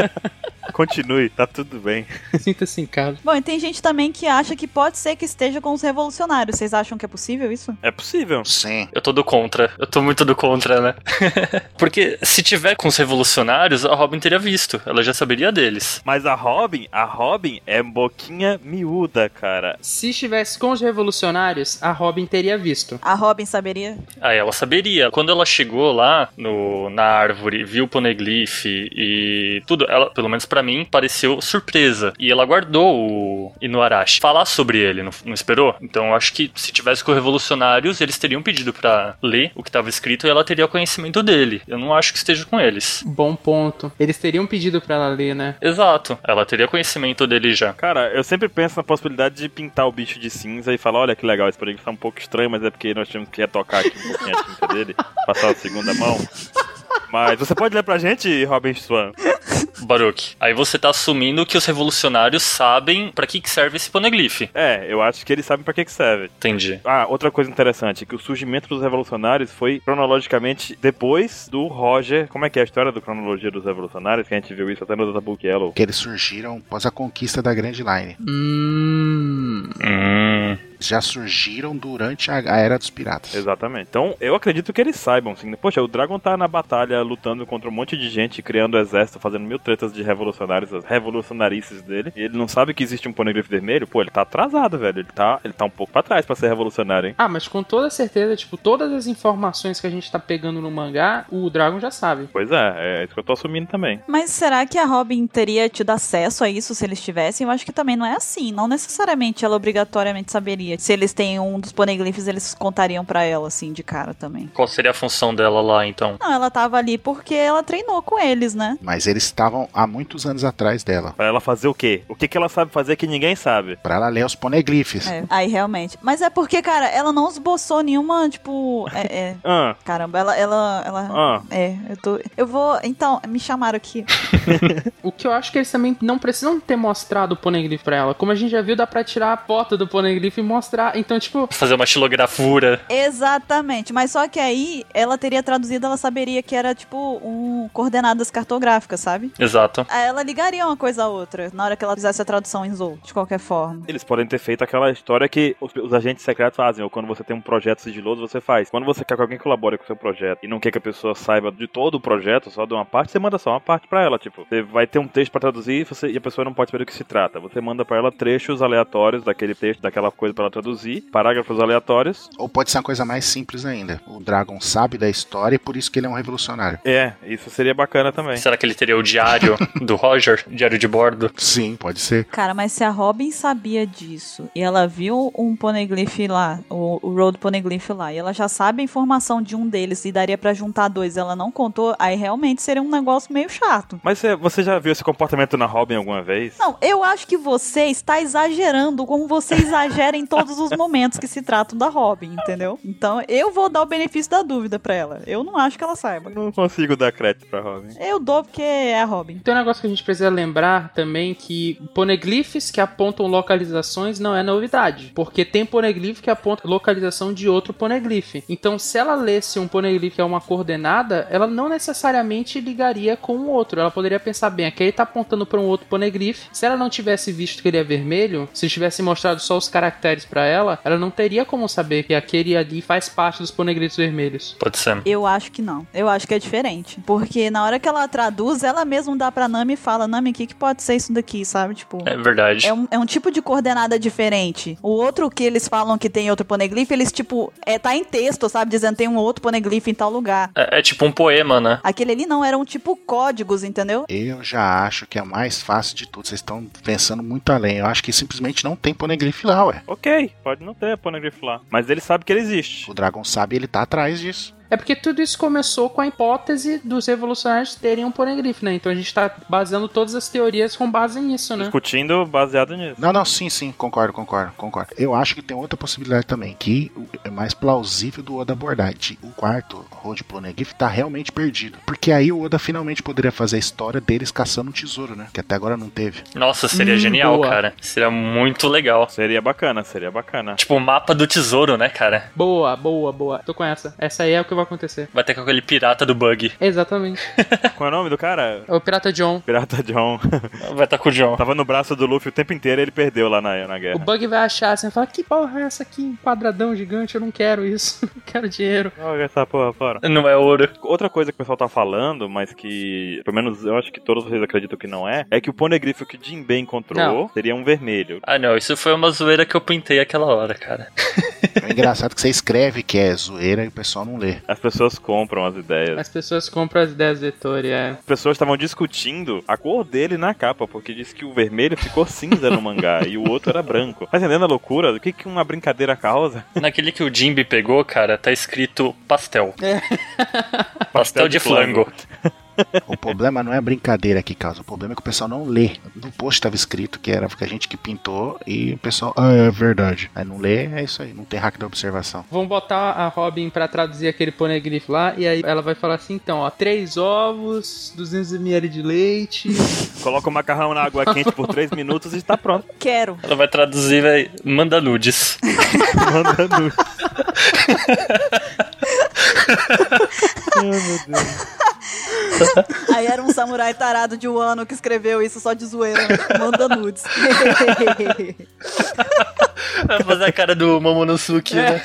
Continue, tá tudo bem.
Sinta-se em casa.
Bom, e tem gente também que acha que pode ser que esteja com os revolucionários. Vocês acham que é possível isso?
É possível.
Sim.
Eu tô do contra. Eu tô muito do contra, né? Porque se tiver com os revolucionários, a Robin teria visto. Ela já saberia deles.
Mas a Robin, a Robin é boquinha miúda, cara.
Se estivesse com os revolucionários, a Robin teria visto.
A Robin saberia?
Aí ela saberia. Quando ela chegou lá no, na árvore, viu o poneglyph e tudo, ela, pelo menos pra mim, pareceu surpresa. E ela guardou o Inuarashi. Falar sobre ele, não, não esperou? Então eu acho que se tivesse com revolucionários, eles teriam pedido pra ler o que tava escrito e ela teria o conhecimento dele. Eu não acho que esteja com eles.
Bom ponto. Eles teriam pedido pra ela ler, né?
Exato. Ela teria conhecimento dele já.
Cara, eu sempre penso na possibilidade de pintar o bicho de cinza e falar, olha que legal, esse projeto tá um pouco estranho, mas é porque nós tínhamos que retocar aqui um pouquinho a tinta dele, passar a segunda mão. Mas você pode ler pra gente, Robin Swan?
Baruch. Aí você tá assumindo que os revolucionários sabem pra que que serve esse poneglyph.
É, eu acho que eles sabem pra que, que serve.
Entendi.
Ah, outra coisa interessante, que o surgimento dos revolucionários foi cronologicamente depois do Roger. Como é que é a história do cronologia dos revolucionários? Que a gente viu isso até no Data Book Yellow.
Que eles surgiram após a conquista da Grand Line.
Hum.
Hum.
Já surgiram durante a, a Era dos Piratas.
Exatamente. Então, eu acredito que eles saibam, sim. Poxa, o Dragon tá na batalha lutando contra um monte de gente, criando exército, fazendo mil tretas de revolucionários, as revolucionarices dele. E ele não sabe que existe um poneglyph vermelho? Pô, ele tá atrasado, velho. Ele tá, ele tá um pouco pra trás pra ser revolucionário, hein?
Ah, mas com toda certeza, tipo, todas as informações que a gente tá pegando no mangá, o Dragon já sabe.
Pois é, é isso que eu tô assumindo também.
Mas será que a Robin teria tido acesso a isso se eles tivessem? Eu acho que também não é assim. Não necessariamente ela obrigatoriamente saberia. Se eles têm um dos poneglyphs, eles contariam pra ela, assim, de cara também.
Qual seria a função dela lá, então?
Não, ela tava ali porque ela treinou com eles, né?
Mas eles estavam há muitos anos atrás dela.
Pra ela fazer o quê? O que, que ela sabe fazer que ninguém sabe?
Pra ela ler os poneglyphs.
É, aí realmente. Mas é porque, cara, ela não esboçou nenhuma, tipo. É, é.
Ah,
Caramba, ela. ela, ela
ah.
É, eu tô. Eu vou. Então, me chamaram aqui.
O que eu acho que eles também não precisam ter mostrado o Poneglyph pra ela. Como a gente já viu, dá pra tirar a foto do Poneglyph e mostrar. Então, tipo,
Fazer uma xilografura.
Exatamente, mas só que aí ela teria traduzido, ela saberia que era tipo um coordenadas cartográficas, sabe?
Exato.
Aí ela ligaria uma coisa à outra na hora que ela fizesse a tradução em Zou, de qualquer forma.
Eles podem ter feito aquela história que os, os agentes secretos fazem, ou quando você tem um projeto sigiloso, você faz. Quando você quer que alguém colabore com o seu projeto e não quer que a pessoa saiba de todo o projeto, só de uma parte, você manda só uma parte pra ela. Tipo, você vai ter um texto pra traduzir e você- e a pessoa não pode saber do que se trata. Você manda pra ela trechos aleatórios daquele texto, daquela coisa pra ela traduzir, parágrafos aleatórios.
Ou pode ser uma coisa mais simples ainda. O Dragon sabe da história e por isso que ele é um revolucionário.
É, isso seria bacana também.
Será que ele teria o diário do Roger? Diário de bordo?
Sim, pode ser.
Cara, mas se a Robin sabia disso e ela viu um poneglyph lá, o, o Road Poneglyph lá, e ela já sabe a informação de um deles e daria pra juntar dois, ela não contou, aí realmente seria um negócio meio chato.
Mas você- você já viu esse comportamento na Robin alguma vez?
Não, eu acho que você está exagerando como você exagera em todos os momentos que se tratam da Robin, entendeu? Então eu vou dar o benefício da dúvida pra ela. Eu não acho que ela saiba.
Não consigo dar crédito pra Robin.
Eu dou porque é a Robin.
Tem um negócio que a gente precisa lembrar também que poneglyphs que apontam localizações não é novidade, porque tem poneglyph que aponta localização de outro poneglyph. Então, se ela lesse um poneglyph que é uma coordenada, ela não necessariamente ligaria com o outro. Ela poderia pensar bem, aqui ele tá apontando para um outro poneglyph. Se ela não tivesse visto que ele é vermelho, se tivesse mostrado só os caracteres para ela, ela não teria como saber que aquele ali faz parte dos poneglyphs vermelhos.
Pode ser.
Eu acho que não. Eu acho que é diferente. Porque na hora que ela traduz, ela mesma dá pra Nami e fala: Nami, o que, que pode ser isso daqui, sabe? Tipo.
É verdade.
É um, é um tipo de coordenada diferente. O outro que eles falam que tem outro poneglyph, eles, tipo, é, tá em texto, sabe? Dizendo tem um outro poneglyph em tal lugar.
É, é tipo um poema, né?
Aquele ali não, eram tipo códigos, entendeu?
Eu já acho que é a mais fácil de tudo. Vocês estão pensando muito além. Eu acho que simplesmente não tem poneglyph lá, ué.
Ok, pode não ter Poneglyph lá. Mas ele sabe que ele existe.
O Dragon sabe e ele tá atrás disso.
É porque tudo isso começou com a hipótese dos revolucionários terem um poneglyph, né? Então a gente tá baseando todas as teorias com base nisso, né?
Discutindo baseado nisso.
Não, não, sim, sim, concordo, concordo, concordo. Eu acho que tem outra possibilidade também, que é mais plausível do Oda abordar. de O quarto Road Poneglyph tá realmente perdido. Porque aí o Oda finalmente poderia fazer a história deles caçando um tesouro, né? Que até agora não teve.
Nossa, seria
Hum,
genial,
boa.
cara. Seria muito legal.
Seria bacana, seria bacana.
Tipo, o mapa do tesouro, né, cara?
Boa, boa, boa. Tô com essa. Essa aí é o que vai acontecer.
Vai ter com aquele pirata do bug.
Exatamente.
Qual é o nome do cara?
É o Pirata John.
Pirata John.
Vai estar com o John.
Tava no braço do Luffy o tempo inteiro e ele perdeu lá na, na
O
guerra.
Bug vai achar assim, vai falar, que porra é essa aqui? Um quadradão gigante, eu não quero isso. Eu quero dinheiro.
Joga essa porra fora.
Não é ouro.
Outra coisa que o pessoal tá falando, mas que pelo menos eu acho que todos vocês acreditam que não é, é que o poneglyph que o Jinbei encontrou
Não.
seria um vermelho.
Ah, não. Isso foi uma zoeira que eu pintei aquela hora, cara.
É engraçado que você escreve que é zoeira e o pessoal não lê.
As pessoas compram as ideias.
As pessoas compram as ideias do Ettore, é.
As pessoas estavam discutindo a cor dele na capa, porque disse que o vermelho ficou cinza no mangá e o outro era branco. Tá entendendo a loucura? O que, que uma brincadeira causa?
Naquele que o Jimby É. pegou, cara, tá escrito pastel. pastel, de,
de flango.
flango.
O problema não é a brincadeira que causa, o problema é que o pessoal não lê. No post estava escrito que era a gente que pintou e o pessoal, ah, é verdade. Aí não lê, é isso aí, não tem hack da observação.
Vão botar a Robin pra traduzir aquele poneglyph lá, e aí ela vai falar assim, então, ó, três ovos, 200ml de leite...
Coloca o macarrão na água quente por 3 minutos e está pronto.
Quero.
Ela vai traduzir, vai. Manda nudes.
Manda nudes. Ai, meu Deus.
Aí era um samurai tarado de um ano que escreveu isso só de zoeira. Manda nudes.
Vai fazer a cara do Momonosuke, né?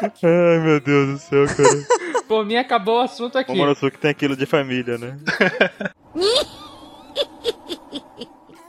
Ai, meu Deus do céu, cara.
Por mim, acabou o assunto aqui.
O Monosuke tem aquilo de família, né?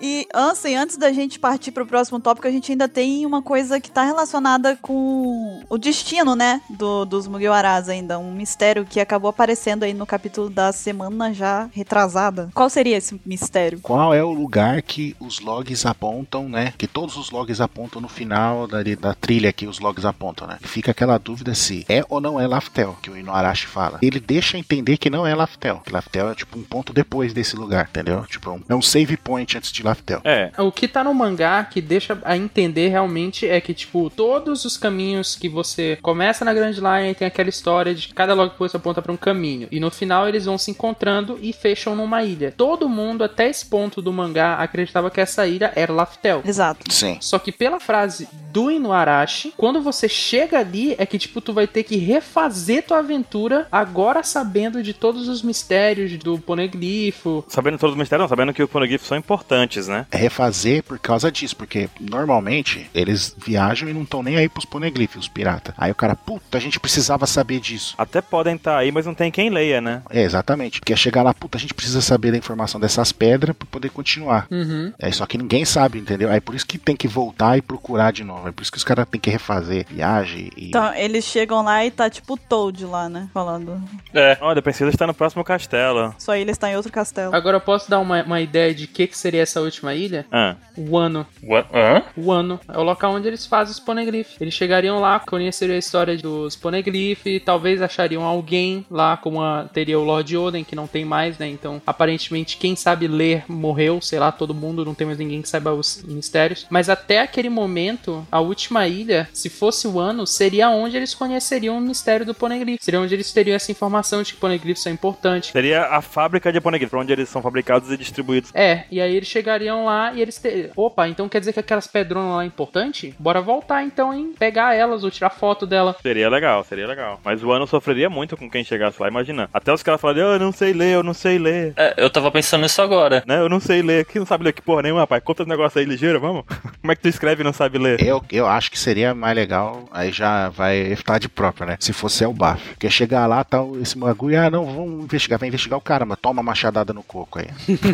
E Ansem, antes da gente partir pro próximo tópico, a gente ainda tem uma coisa que tá relacionada com o destino, né, do, dos Mugiwaras ainda, um mistério que acabou aparecendo aí no capítulo da semana já retrasada. Qual seria esse mistério?
Qual é o lugar que os logs apontam, né? Que todos os logs apontam no final da, da trilha que os logs apontam, né? Fica aquela dúvida se é ou não é Laftel, que o Inuarashi fala. Ele deixa entender que não é Laftel. Que Laftel é tipo um ponto depois desse lugar, entendeu? Tipo, é um- é um save point antes de Laftel.
É,
O que tá no mangá que deixa a entender realmente é que, tipo, todos os caminhos que você começa na Grand Line tem aquela história de que cada log post aponta pra um caminho. E no final eles vão se encontrando e fecham numa ilha. Todo mundo, até esse ponto do mangá, acreditava que essa ilha era Laftel.
Exato.
Sim.
Só que pela frase do Inuarashi, quando você chega ali, é que tipo, tu vai ter que refazer tua aventura agora sabendo de todos os mistérios do Poneglifo.
sabendo todos os mistérios, não, sabendo que os Poneglyphs são importantes, né?
É refazer por causa disso, porque normalmente eles viajam e não estão nem aí pros poneglyphs, os pirata. Aí o cara, puta, a gente precisava saber disso.
Até podem estar aí, mas não tem quem leia, né?
É, exatamente. Porque é chegar lá, puta, a gente precisa saber da informação dessas pedras pra poder continuar.
Uhum.
É só que ninguém sabe, entendeu? Aí por isso que tem que voltar e procurar de novo. É por isso que os caras têm que refazer viagem e.
Então, eles chegam lá e tá tipo o Toad lá, né? Falando.
É.
Olha, a princesa está no próximo castelo.
Só ele está em outro castelo.
Agora eu posso dar uma, uma ideia de que, que seria essa última ilha?
Ah,
O ano.
What? Hã?
O ano. É o local onde eles fazem os poneglyphs. Eles chegariam lá, conheceriam a história dos poneglyphs, talvez achariam alguém lá, como a- teria o Lord Oden, que não tem mais, né? Então, aparentemente, quem sabe ler morreu, sei lá, todo mundo, não tem mais ninguém que saiba os mistérios. Mas até aquele momento, a última ilha, se fosse o ano, seria onde eles conheceriam o mistério do poneglyph. Seria onde eles teriam essa informação de que poneglyphs são importantes.
seria a fábrica de Poneglyphs, pra onde eles são fabricados e distribuídos.
É, e aí eles chegariam lá e eles te... Opa, então quer dizer que aquelas pedronas lá é importante? Bora voltar então, hein? Pegar elas ou tirar foto dela.
Seria legal, seria legal. Mas o ano sofreria muito com quem chegasse lá, imagina. Até os caras falariam, "Ah, eu não sei ler, eu não sei ler.
É, eu tava pensando nisso agora.
Né, eu não sei ler. Quem não sabe ler que porra nenhuma, rapaz? Conta os negócios aí ligeiro, vamos? Como é que tu escreve e não sabe ler?
Eu, eu acho que seria mais legal, aí já vai evitar de próprio, né? Se fosse o Baf. Porque chegar lá, tal, esse bagulho, ah, não, vamos investigar, vai investigar o cara, mas toma uma machadada no coco aí.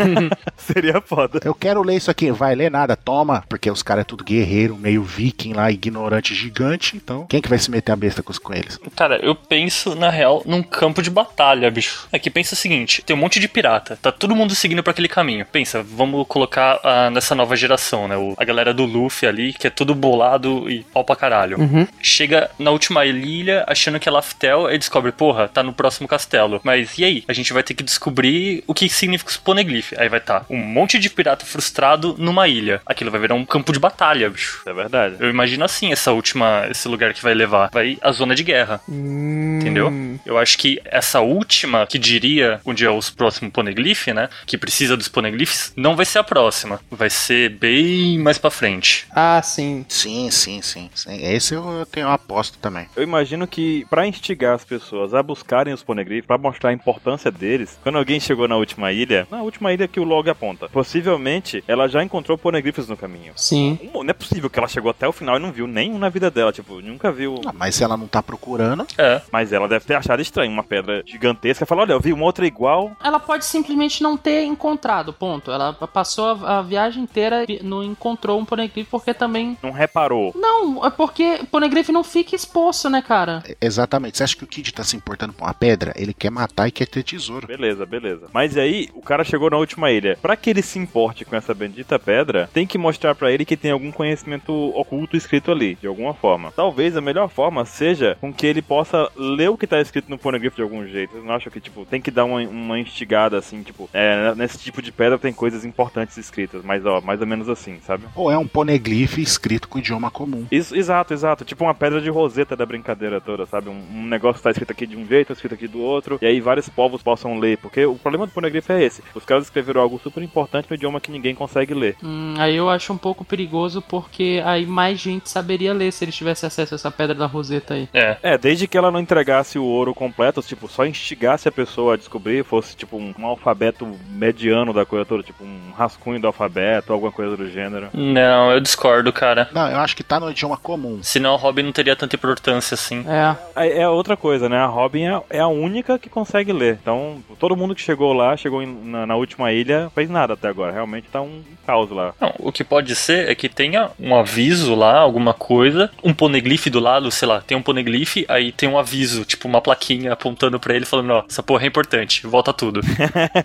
Seria foda.
Eu quero ler isso aqui, vai ler nada, toma, porque os caras é tudo guerreiro, meio viking lá, ignorante gigante, então quem que vai se meter a besta com, os- com eles?
Cara, eu penso, na real, num campo de batalha, bicho. É que pensa o seguinte: tem um monte de pirata, tá todo mundo seguindo pra aquele caminho. Pensa, vamos colocar ah, nessa nova geração, né? O- a galera do Luffy ali, que é tudo bolado e pau pra caralho. Chega na última ilha, achando que é Laftel, aí descobre, porra, tá no próximo castelo. Mas e aí? A gente vai ter que descobrir o que significa os poneglyph. Aí vai tá um monte de pirata frustrado numa ilha. Aquilo vai virar um campo de batalha, bicho.
É verdade.
Eu imagino assim essa última, esse lugar que vai levar. Vai a zona de guerra. Entendeu? Eu acho que essa última, que diria onde é os próximos poneglyph, né? Que precisa dos poneglyphs, não vai ser a próxima. Vai ser bem mais pra frente.
Ah, sim.
Sim, sim, sim. sim. Esse eu tenho uma aposta também.
Eu imagino que pra instigar as pessoas a buscarem os poneglyphs, pra mostrar a importância deles, quando alguém chegou na última ilha, na última ilha que o log aponta, possivelmente ela já encontrou poneglyphs no caminho.
Sim.
Não não é possível que ela chegou até o final e não viu nenhum na vida dela, tipo, nunca viu.
Ah, mas se ela não tá procurando,
É.
Mas ela deve ter achado estranho uma pedra gigantesca e falou: olha, eu vi uma outra igual.
Ela pode simplesmente não ter encontrado, ponto. Ela passou a, a viagem inteira e não encontrou um poneglyph porque também.
Não reparou.
Não, é porque poneglyph não fica exposto, né, cara?
é, exatamente. Você acha que o Kid tá se importando com uma pedra? Ele quer matar e quer ter tesouro.
Beleza, beleza. Mas aí, o cara chegou na última ilha. Pra que ele se importe com essa bendita pedra, tem que mostrar pra ele que tem algum conhecimento oculto escrito ali, de alguma forma. Talvez a melhor forma seja com que ele possa ler o que tá escrito no pornogrifo de algum jeito. Vocês não acham que, tipo, tem que dar uma, uma instigada assim, tipo, é, nesse tipo de pedra tem coisas importantes escritas, mas ó, mais ou menos assim, sabe?
Ou é um poneglyph escrito com idioma comum.
Isso, exato, exato. Tipo uma pedra de roseta da brincadeira toda, sabe? Um, um negócio tá escrito aqui de um jeito, escrito aqui do outro, e aí vários povos possam ler. Porque o problema do pornografo é esse. Os caras escreveram algo super importante no idioma que ninguém consegue ler.
Hum, aí eu acho um pouco perigoso porque aí mais gente saberia ler se eles tivessem acesso a essa pedra da Roseta aí.
É.
É, desde que ela não entregasse o ouro completo, tipo, só instigasse a pessoa a descobrir, fosse tipo um, um alfabeto mediano da coisa toda, tipo um rascunho do alfabeto, alguma coisa do gênero.
Não, eu discordo, cara.
Não, eu acho que tá no idioma comum.
Senão o hobby não teria tanta importância assim.
É.
Aí É outra coisa, né? A Robin é, é a única que consegue ler. Então, todo mundo que chegou lá, chegou em- na, na última ilha, fez nada até agora. Realmente tá um caos lá.
Não, o que pode ser é que tenha um aviso lá, alguma coisa, um poneglyph do lado, sei lá, tem um poneglyph, aí tem um aviso, tipo uma plaquinha apontando pra ele falando, ó, essa porra é importante, volta tudo.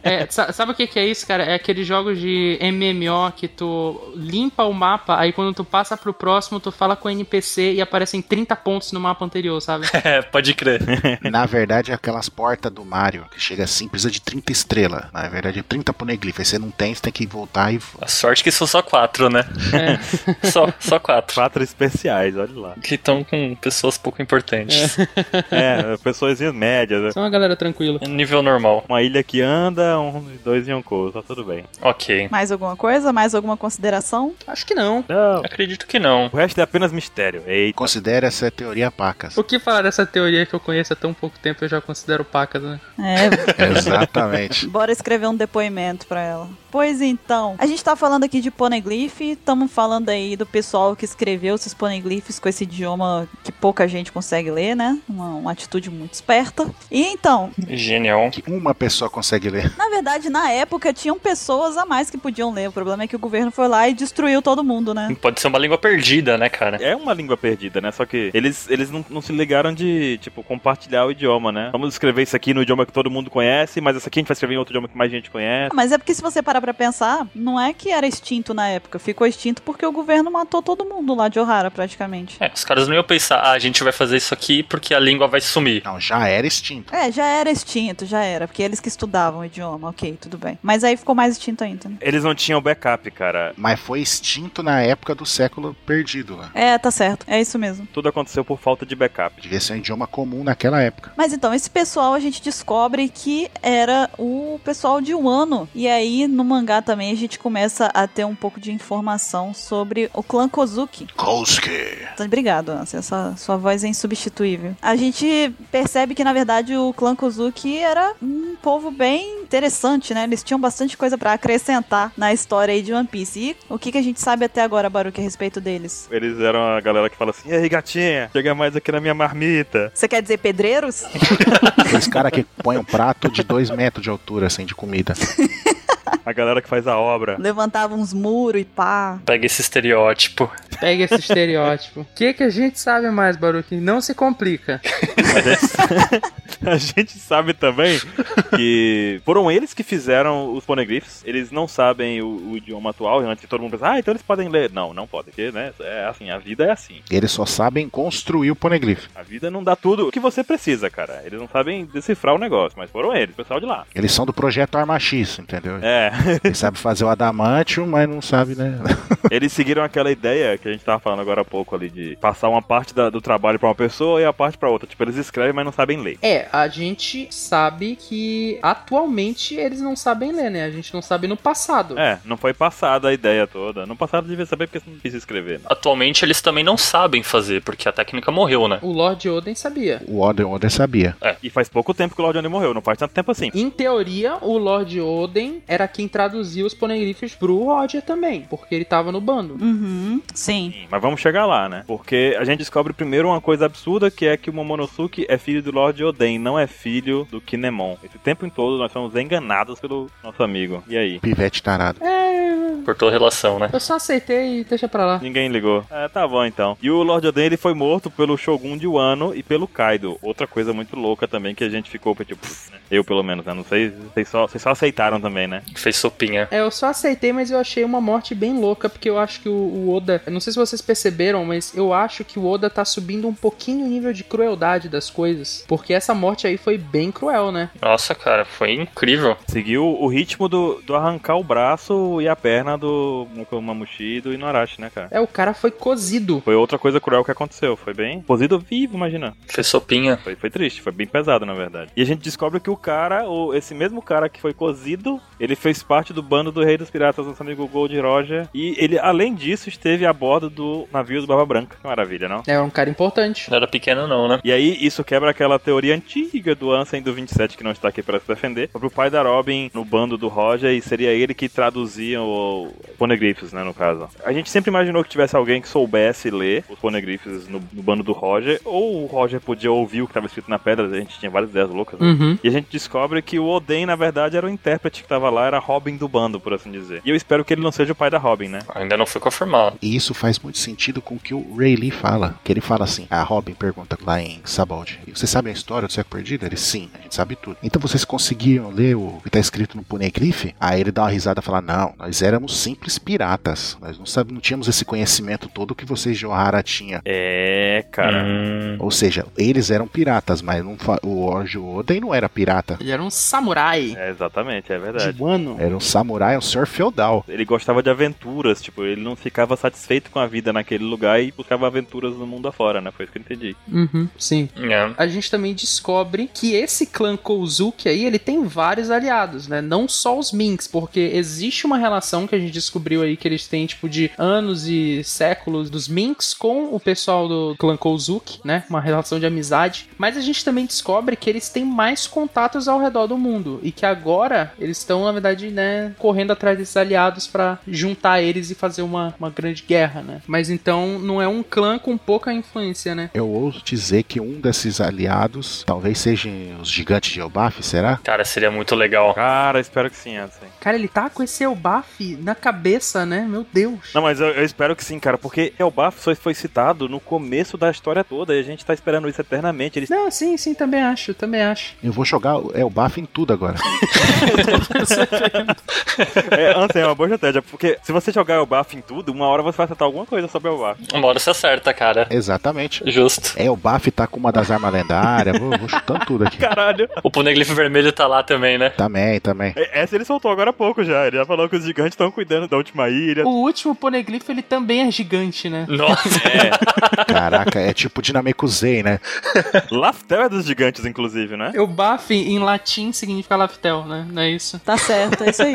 É, sa- sabe o que, que é isso, cara? É aqueles jogos de MMO que tu limpa o mapa, aí quando tu passa pro próximo, tu fala com o NPC e aparecem 30 pontos no mapa anterior, sabe?
é, pode crer.
Na verdade, é aquelas portas do Mario, que chega assim, precisa de 30 estrelas. Na verdade, é 30 poneglyphs. Aí você não tem, você tem que voltar e.
A sorte que são só quatro, né?
É.
Só, só quatro.
Quatro especiais, olha lá.
Que estão com pessoas pouco importantes.
É, pessoas médias, né?
Só uma galera tranquila.
Nível normal.
Uma ilha que anda, um, dois Yonkous, tá tudo bem.
Ok.
Mais alguma coisa? Mais alguma consideração?
Acho que não.
Não.
Acredito que não.
O resto é apenas mistério. Eita.
Considera essa teoria pacas.
O que falar dessa teoria que eu conheço há tão pouco tempo eu já considero pacas, né?
É,
Exatamente.
bora escrever um depoimento pra ela. Pois então, a gente tá falando aqui de poneglyph, estamos falando aí do pessoal que escreveu esses poneglyphs com esse idioma que pouca gente consegue ler, né? Uma, uma atitude muito esperta. E então,
Genial.
Que uma pessoa consegue ler.
na verdade, na época tinham pessoas a mais que podiam ler. O problema é que o governo foi lá e destruiu todo mundo, né?
Pode ser uma língua perdida, né, cara?
É uma língua perdida, né? Só que eles, eles não, não se ligaram de, tipo, compartilhar o idioma, né? Vamos escrever isso aqui no idioma que todo mundo conhece, mas essa aqui a gente vai escrever em outro idioma que mais gente conhece.
Mas é porque se você parar pra pensar, não é que era extinto na época. Ficou extinto porque o governo matou todo mundo lá de Ohara, praticamente.
É, os caras não iam pensar, ah, a gente vai fazer isso aqui porque a língua vai sumir.
Não, já era extinto.
É, já era extinto, já era. Porque eles que estudavam o idioma, ok, tudo bem. Mas aí ficou mais extinto ainda. né?
Eles não tinham backup, cara.
Mas foi extinto na época do século perdido. Né?
É, tá certo. É isso mesmo.
Tudo aconteceu por falta de backup.
Devia ser um idioma comum naquela época.
Mas então, esse pessoal a gente descobre que era o pessoal de Wano. E aí, no mangá também, a gente começa a ter um pouco de informação sobre o clã Kozuki.
Kosuke.
Então, Obrigado, Anse. Essa sua voz é insubstituível. A gente percebe que, na verdade, o clã Kozuki era um povo bem interessante, né? Eles tinham bastante coisa pra acrescentar na história aí de One Piece. E o que, que a gente sabe até agora, Baruque, a respeito deles?
Eles eram a galera que fala assim: Ei, gatinha, chega mais aqui na minha marmita.
Você quer dizer pedreiros?
Os caras que põem um prato de dois metros de altura, assim, de comida.
A galera que faz a obra.
Levantavam uns muros e pá.
Pega esse estereótipo.
Pega esse estereótipo. O que, que a gente sabe mais, Baruque? Não se complica.
A gente sabe também que foram eles que fizeram os poneglyphs. Eles não sabem o, o idioma atual, antes que todo mundo pensa, ah, então eles podem ler. Não, não podem, porque, né? É assim, a vida é assim.
Eles só sabem construir o poneglyph.
A vida não dá tudo o que você precisa, cara. Eles não sabem decifrar o negócio, mas foram eles, o pessoal de lá.
Eles são do projeto Arma X, entendeu?
É,
Eles sabem fazer o adamantium, mas não sabe, né?
eles seguiram aquela ideia que a gente tava falando agora há pouco ali, de passar uma parte da- do trabalho pra uma pessoa e a parte pra outra. Tipo, eles escrevem, mas não sabem ler.
É, a gente sabe que atualmente eles não sabem ler, né? A gente não sabe no passado.
É, não foi passada a ideia toda. No passado devia saber porque você não quis escrever, né?
Atualmente eles também não sabem fazer, porque a técnica morreu, né?
O Lord Oden sabia.
O Oden, o Oden sabia.
E faz pouco tempo que o Lord Oni morreu, não faz tanto tempo assim.
Em teoria, o Lord Oden era quem traduzia os poneglyphs pro Roger também, porque ele tava no bando.
Uhum, sim. Sim.
Sim, mas vamos chegar lá, né? Porque a gente descobre primeiro uma coisa absurda, que é que o Momonosuke é filho do Lord Oden, não é filho do Kinemon. Esse tempo em todo nós fomos enganados pelo nosso amigo. E aí?
Pivete tarado.
Cortou a relação, né?
Eu só aceitei e deixa pra lá.
Ninguém ligou. É, tá bom então. E o Lord Oden ele foi morto pelo Shogun de Wano e pelo Kaido. Outra coisa muito louca também que a gente ficou tipo, pff, né? eu pelo menos, né? Não sei, vocês só, vocês só aceitaram também, né?
Fez sopinha.
É, eu só aceitei, mas eu achei uma morte bem louca, porque eu acho que o, o Oda. eu Não sei se vocês perceberam, mas eu acho que o Oda tá subindo um pouquinho o nível de crueldade das coisas. Porque essa morte aí foi bem cruel, né?
Nossa, cara, foi incrível.
Seguiu o ritmo do, do arrancar o braço e a perna do Mamushi e do Inuarashi, né, cara?
É, o cara foi cozido.
Foi outra coisa cruel que aconteceu. Foi bem cozido vivo, imagina.
Fez sopinha.
Foi, foi triste, foi bem pesado, na verdade. E a gente descobre que o cara, o, esse mesmo cara que foi cozido, ele fez parte do bando do Rei dos Piratas, nosso amigo Gold Roger. E ele, além disso, esteve a bordo do navio do Barba Branca. Que maravilha, não?
É, era um cara importante.
Não era pequeno, não, né?
E aí, isso quebra aquela teoria antiga do Ansem do 27, que não está aqui para se defender, sobre o pai da Robin no bando do Roger, e seria ele que traduzia o Poneglyphs, né, no caso. A gente sempre imaginou que tivesse alguém que soubesse ler os Poneglyphs no, no bando do Roger, ou o Roger podia ouvir o que estava escrito na pedra, a gente tinha várias ideias loucas, né?
Uhum.
E a gente descobre que o Oden, na verdade, era o intérprete que tava lá, era Robin do bando, por assim dizer. E eu espero que ele não seja o pai da Robin, né?
Ainda não foi confirmado.
E isso faz muito sentido com o que o Ray Lee fala. Que ele fala assim: a Robin pergunta lá em Sabald, você sabe a história do século perdido? Ele sim, a gente sabe tudo. Então vocês conseguiram ler o que tá escrito no Poneglyph? Aí ele dá uma risada e fala: não, nós éramos simples piratas. Nós não, sabe, não tínhamos esse conhecimento todo que vocês de Ohara tinha.
É, cara.
Hum,
Ou seja, eles eram piratas, mas não fa- o Orjo Oden não era pirata.
Ele era um samurai.
É, exatamente, é verdade.
De Wano.
Era um samurai, um senhor feudal.
Ele gostava de aventuras, tipo, ele não ficava satisfeito com a vida naquele lugar e buscava aventuras no mundo afora, né? Foi isso que eu entendi.
Uhum, sim.
é.
a gente também descobre que esse clã Kouzuki aí, ele tem vários aliados, né? Não só os Minks, porque existe uma relação que a gente descobriu aí que eles têm, tipo, de anos e séculos dos Minks com o pessoal do clã Kouzuki, né? Uma relação de amizade. Mas a gente também descobre que eles têm mais contatos ao redor do mundo e que agora eles estão, na verdade, né, correndo atrás desses aliados pra juntar eles e fazer uma, uma grande guerra, né? Mas então não é um clã com pouca influência, né?
Eu ouso dizer que um desses aliados talvez sejam os gigantes de Elbaf, será?
Cara, seria muito legal.
Cara, espero que sim, assim.
Cara, ele tá com esse Elbaf na cabeça, né? Meu Deus.
Não, mas eu, eu espero que sim, cara, porque Elbaf só foi citado no começo da história toda e a gente tá esperando isso eternamente. Eles...
Não, sim, sim, também acho, também acho.
Eu vou jogar o Elbaf em tudo agora.
É, Ansem, é uma boa estratégia, porque se você jogar Elbaf em tudo, uma hora você vai acertar alguma coisa sobre Elbaf.
Uma hora você acerta, cara.
Exatamente.
Justo.
Elbaf tá com uma das armas lendárias. Vou, vou chutando tudo aqui.
Caralho.
O Poneglyph vermelho tá lá também, né?
Também, também.
É, Essa ele soltou agora há pouco já. Ele já falou que os gigantes estão cuidando da última ilha.
O último Poneglyph, ele também é gigante, né?
Nossa.
Caraca, é tipo Dinamekusei, né?
Laftel é dos gigantes, inclusive, né?
Elbaf em latim significa Laftel, né? Não é isso?
Tá certo, é isso aí.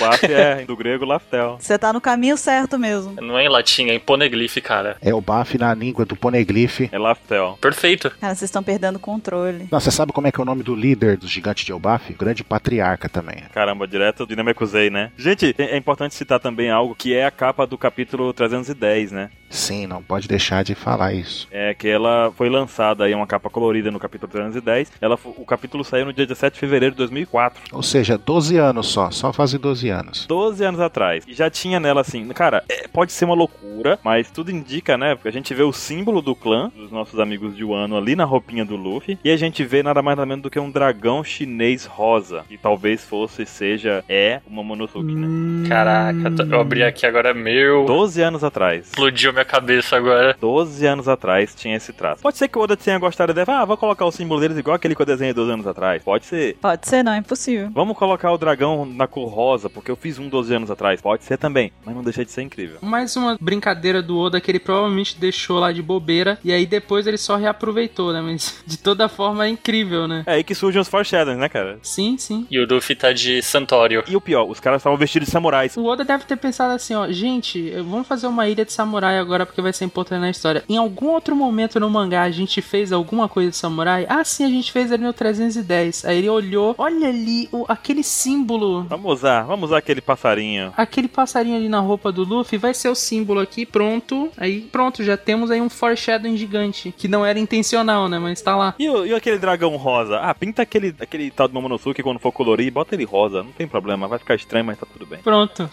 Laf é do grego Laftel.
Você tá no caminho certo mesmo.
Não é em latim, é em Poneglyph, cara.
Elbaf na língua do Poneglyph.
É Laftel.
Perfeito.
Cara, vocês estão perdendo o controle.
Nossa, você sabe como é que é o nome do líder dos gigantes de Elbaf? O grande patriarca também.
Caramba, direto do Namekusei, né? Gente, é é importante citar também algo que é a capa do capítulo 310, né?
Sim, não pode deixar de falar isso.
É que ela foi lançada aí, uma capa colorida no capítulo 310. Ela, fo- o capítulo saiu no dia 17 de fevereiro de 2004.
Ou seja, 12 anos só, só fazem 12 anos.
12 anos atrás. E já tinha nela assim, cara, é, pode ser uma loucura, mas tudo indica, né? Porque a gente vê o símbolo do clã, dos nossos amigos de Wano, ali na roupinha do Luffy. E a gente vê nada mais nada menos do que um dragão chinês rosa. E talvez fosse, seja, é uma Momonosuke, né?
Caraca, t- eu abri aqui agora, meu.
12 anos atrás.
Explodiu minha cabeça agora.
12 anos atrás tinha esse traço. Pode ser que o Oda tenha gostado e deve, ah, vou colocar o símbolo deles igual aquele que eu desenhei 12 anos atrás. Pode ser.
Pode ser, não, é impossível.
Vamos colocar o dragão na cor rosa, porque eu fiz um 12 anos atrás. Pode ser também, mas não deixa de ser incrível.
Mais uma brincadeira do Oda que ele provavelmente deixou lá de bobeira e aí depois ele só reaproveitou, né? Mas de toda forma é incrível, né?
É aí que surgem os foreshadows, né, cara?
Sim, sim.
E o Luffy tá de Santório.
E o pior, os caras estavam vestidos de samurais.
O Oda deve ter pensado assim, ó, gente, vamos fazer uma ilha de samurai agora porque vai ser importante na história. Em algum outro momento no mangá a gente fez alguma coisa de samurai? Ah, sim, a gente fez ali no 310. Aí ele olhou, olha ali o, aquele símbolo.
Vamos usar, vamos usar aquele passarinho.
Aquele passarinho ali na roupa do Luffy vai ser o símbolo aqui, pronto. Aí pronto, já temos aí um foreshadowing gigante. Que não era intencional, né? Mas tá lá.
E, o- e aquele dragão rosa? Ah, pinta aquele, aquele tal do Momonosuke quando for colorir, bota ele rosa, não tem problema, vai ficar estranho, mas tá tudo bem.
Pronto.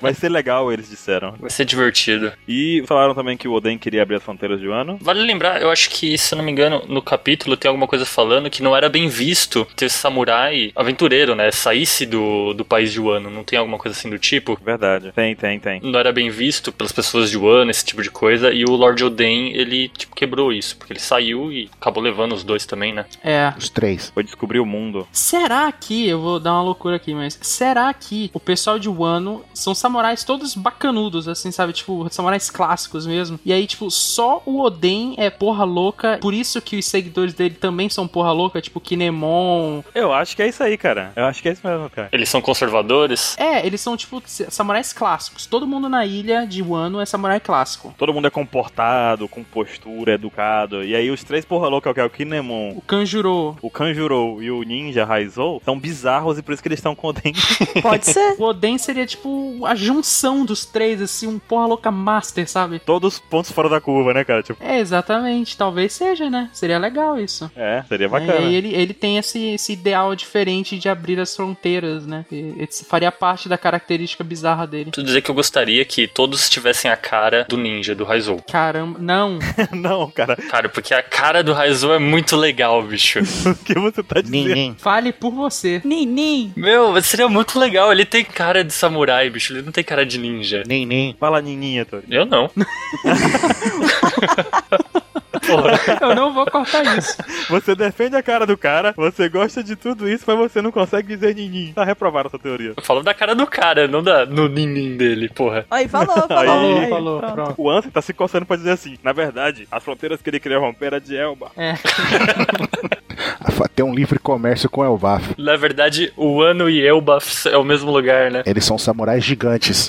Vai ser legal, eles disseram.
Vai ser divertido.
E falaram também que o Oden queria abrir as fronteiras de Wano.
Vale lembrar, eu acho que, se eu não me engano, no capítulo tem alguma coisa falando que não era bem visto ter samurai aventureiro, né? Saísse do, do país de Wano. Não tem alguma coisa assim do tipo?
Verdade. Tem, tem, tem.
Não era bem visto pelas pessoas de Wano, esse tipo de coisa. E o Lord Oden, ele, tipo, quebrou isso. Porque ele saiu e acabou levando os dois também, né?
É.
Os três.
Foi descobrir o mundo.
Será que, eu vou dar uma loucura aqui, mas será que o pessoal de Wano são samurais todos bacanudos, assim, sabe? Tipo, samurais clássicos mesmo. E aí, tipo, só o Oden é porra louca, por isso que os seguidores dele também são porra louca, tipo Kinemon.
Eu acho que é isso aí, cara. Eu acho que é isso mesmo, cara.
Eles são conservadores.
É, eles são, tipo, samurais clássicos. Todo mundo na ilha de Wano é samurai clássico.
Todo mundo é comportado, com postura, educado. E aí os três porra louca, que é o Kinemon,
O Kanjuro.
o Kanjuro e o Ninja Raizou, são bizarros e por isso que eles estão com o Oden.
Pode ser.
O Oden seria, tipo, a junção dos três, assim, um porra louca master, sabe?
Todos os pontos fora da curva, né, cara? Tipo,
É, exatamente. Talvez seja, né? Seria legal isso.
é, seria
É,
bacana.
e ele, ele tem esse, esse ideal diferente de abrir as fronteiras, né? E- Ele faria parte da característica bizarra dele.
Tu dizer que eu gostaria que todos tivessem a cara do ninja, do Raizou.
Caramba, não.
Não, cara,
Cara, porque a cara do Raizou é muito legal, bicho.
o que você tá dizendo?
Ninguém.
Fale por você.
Ninim.
Meu, seria muito legal. Ele tem cara de samurai, bicho. Ele não tem cara de ninja.
Nem, nem.
Fala nininha, Tori.
Eu não. Porra.
Eu não vou cortar isso.
Você defende a cara do cara, você gosta de tudo isso, mas você não consegue dizer nininha. Tá reprovada essa teoria.
Eu falo da cara do cara, não da no ninim dele, porra.
Aí, falou, falou.
Falou,
Aí,
falou, pronto.
O Ansem tá se coçando pra dizer assim, na verdade, as fronteiras que ele queria romper era de Elba.
É.
Tem um livre comércio com Elbaf.
Na verdade, o Ano e Elbaf é o mesmo lugar, né?
Eles são samurais gigantes.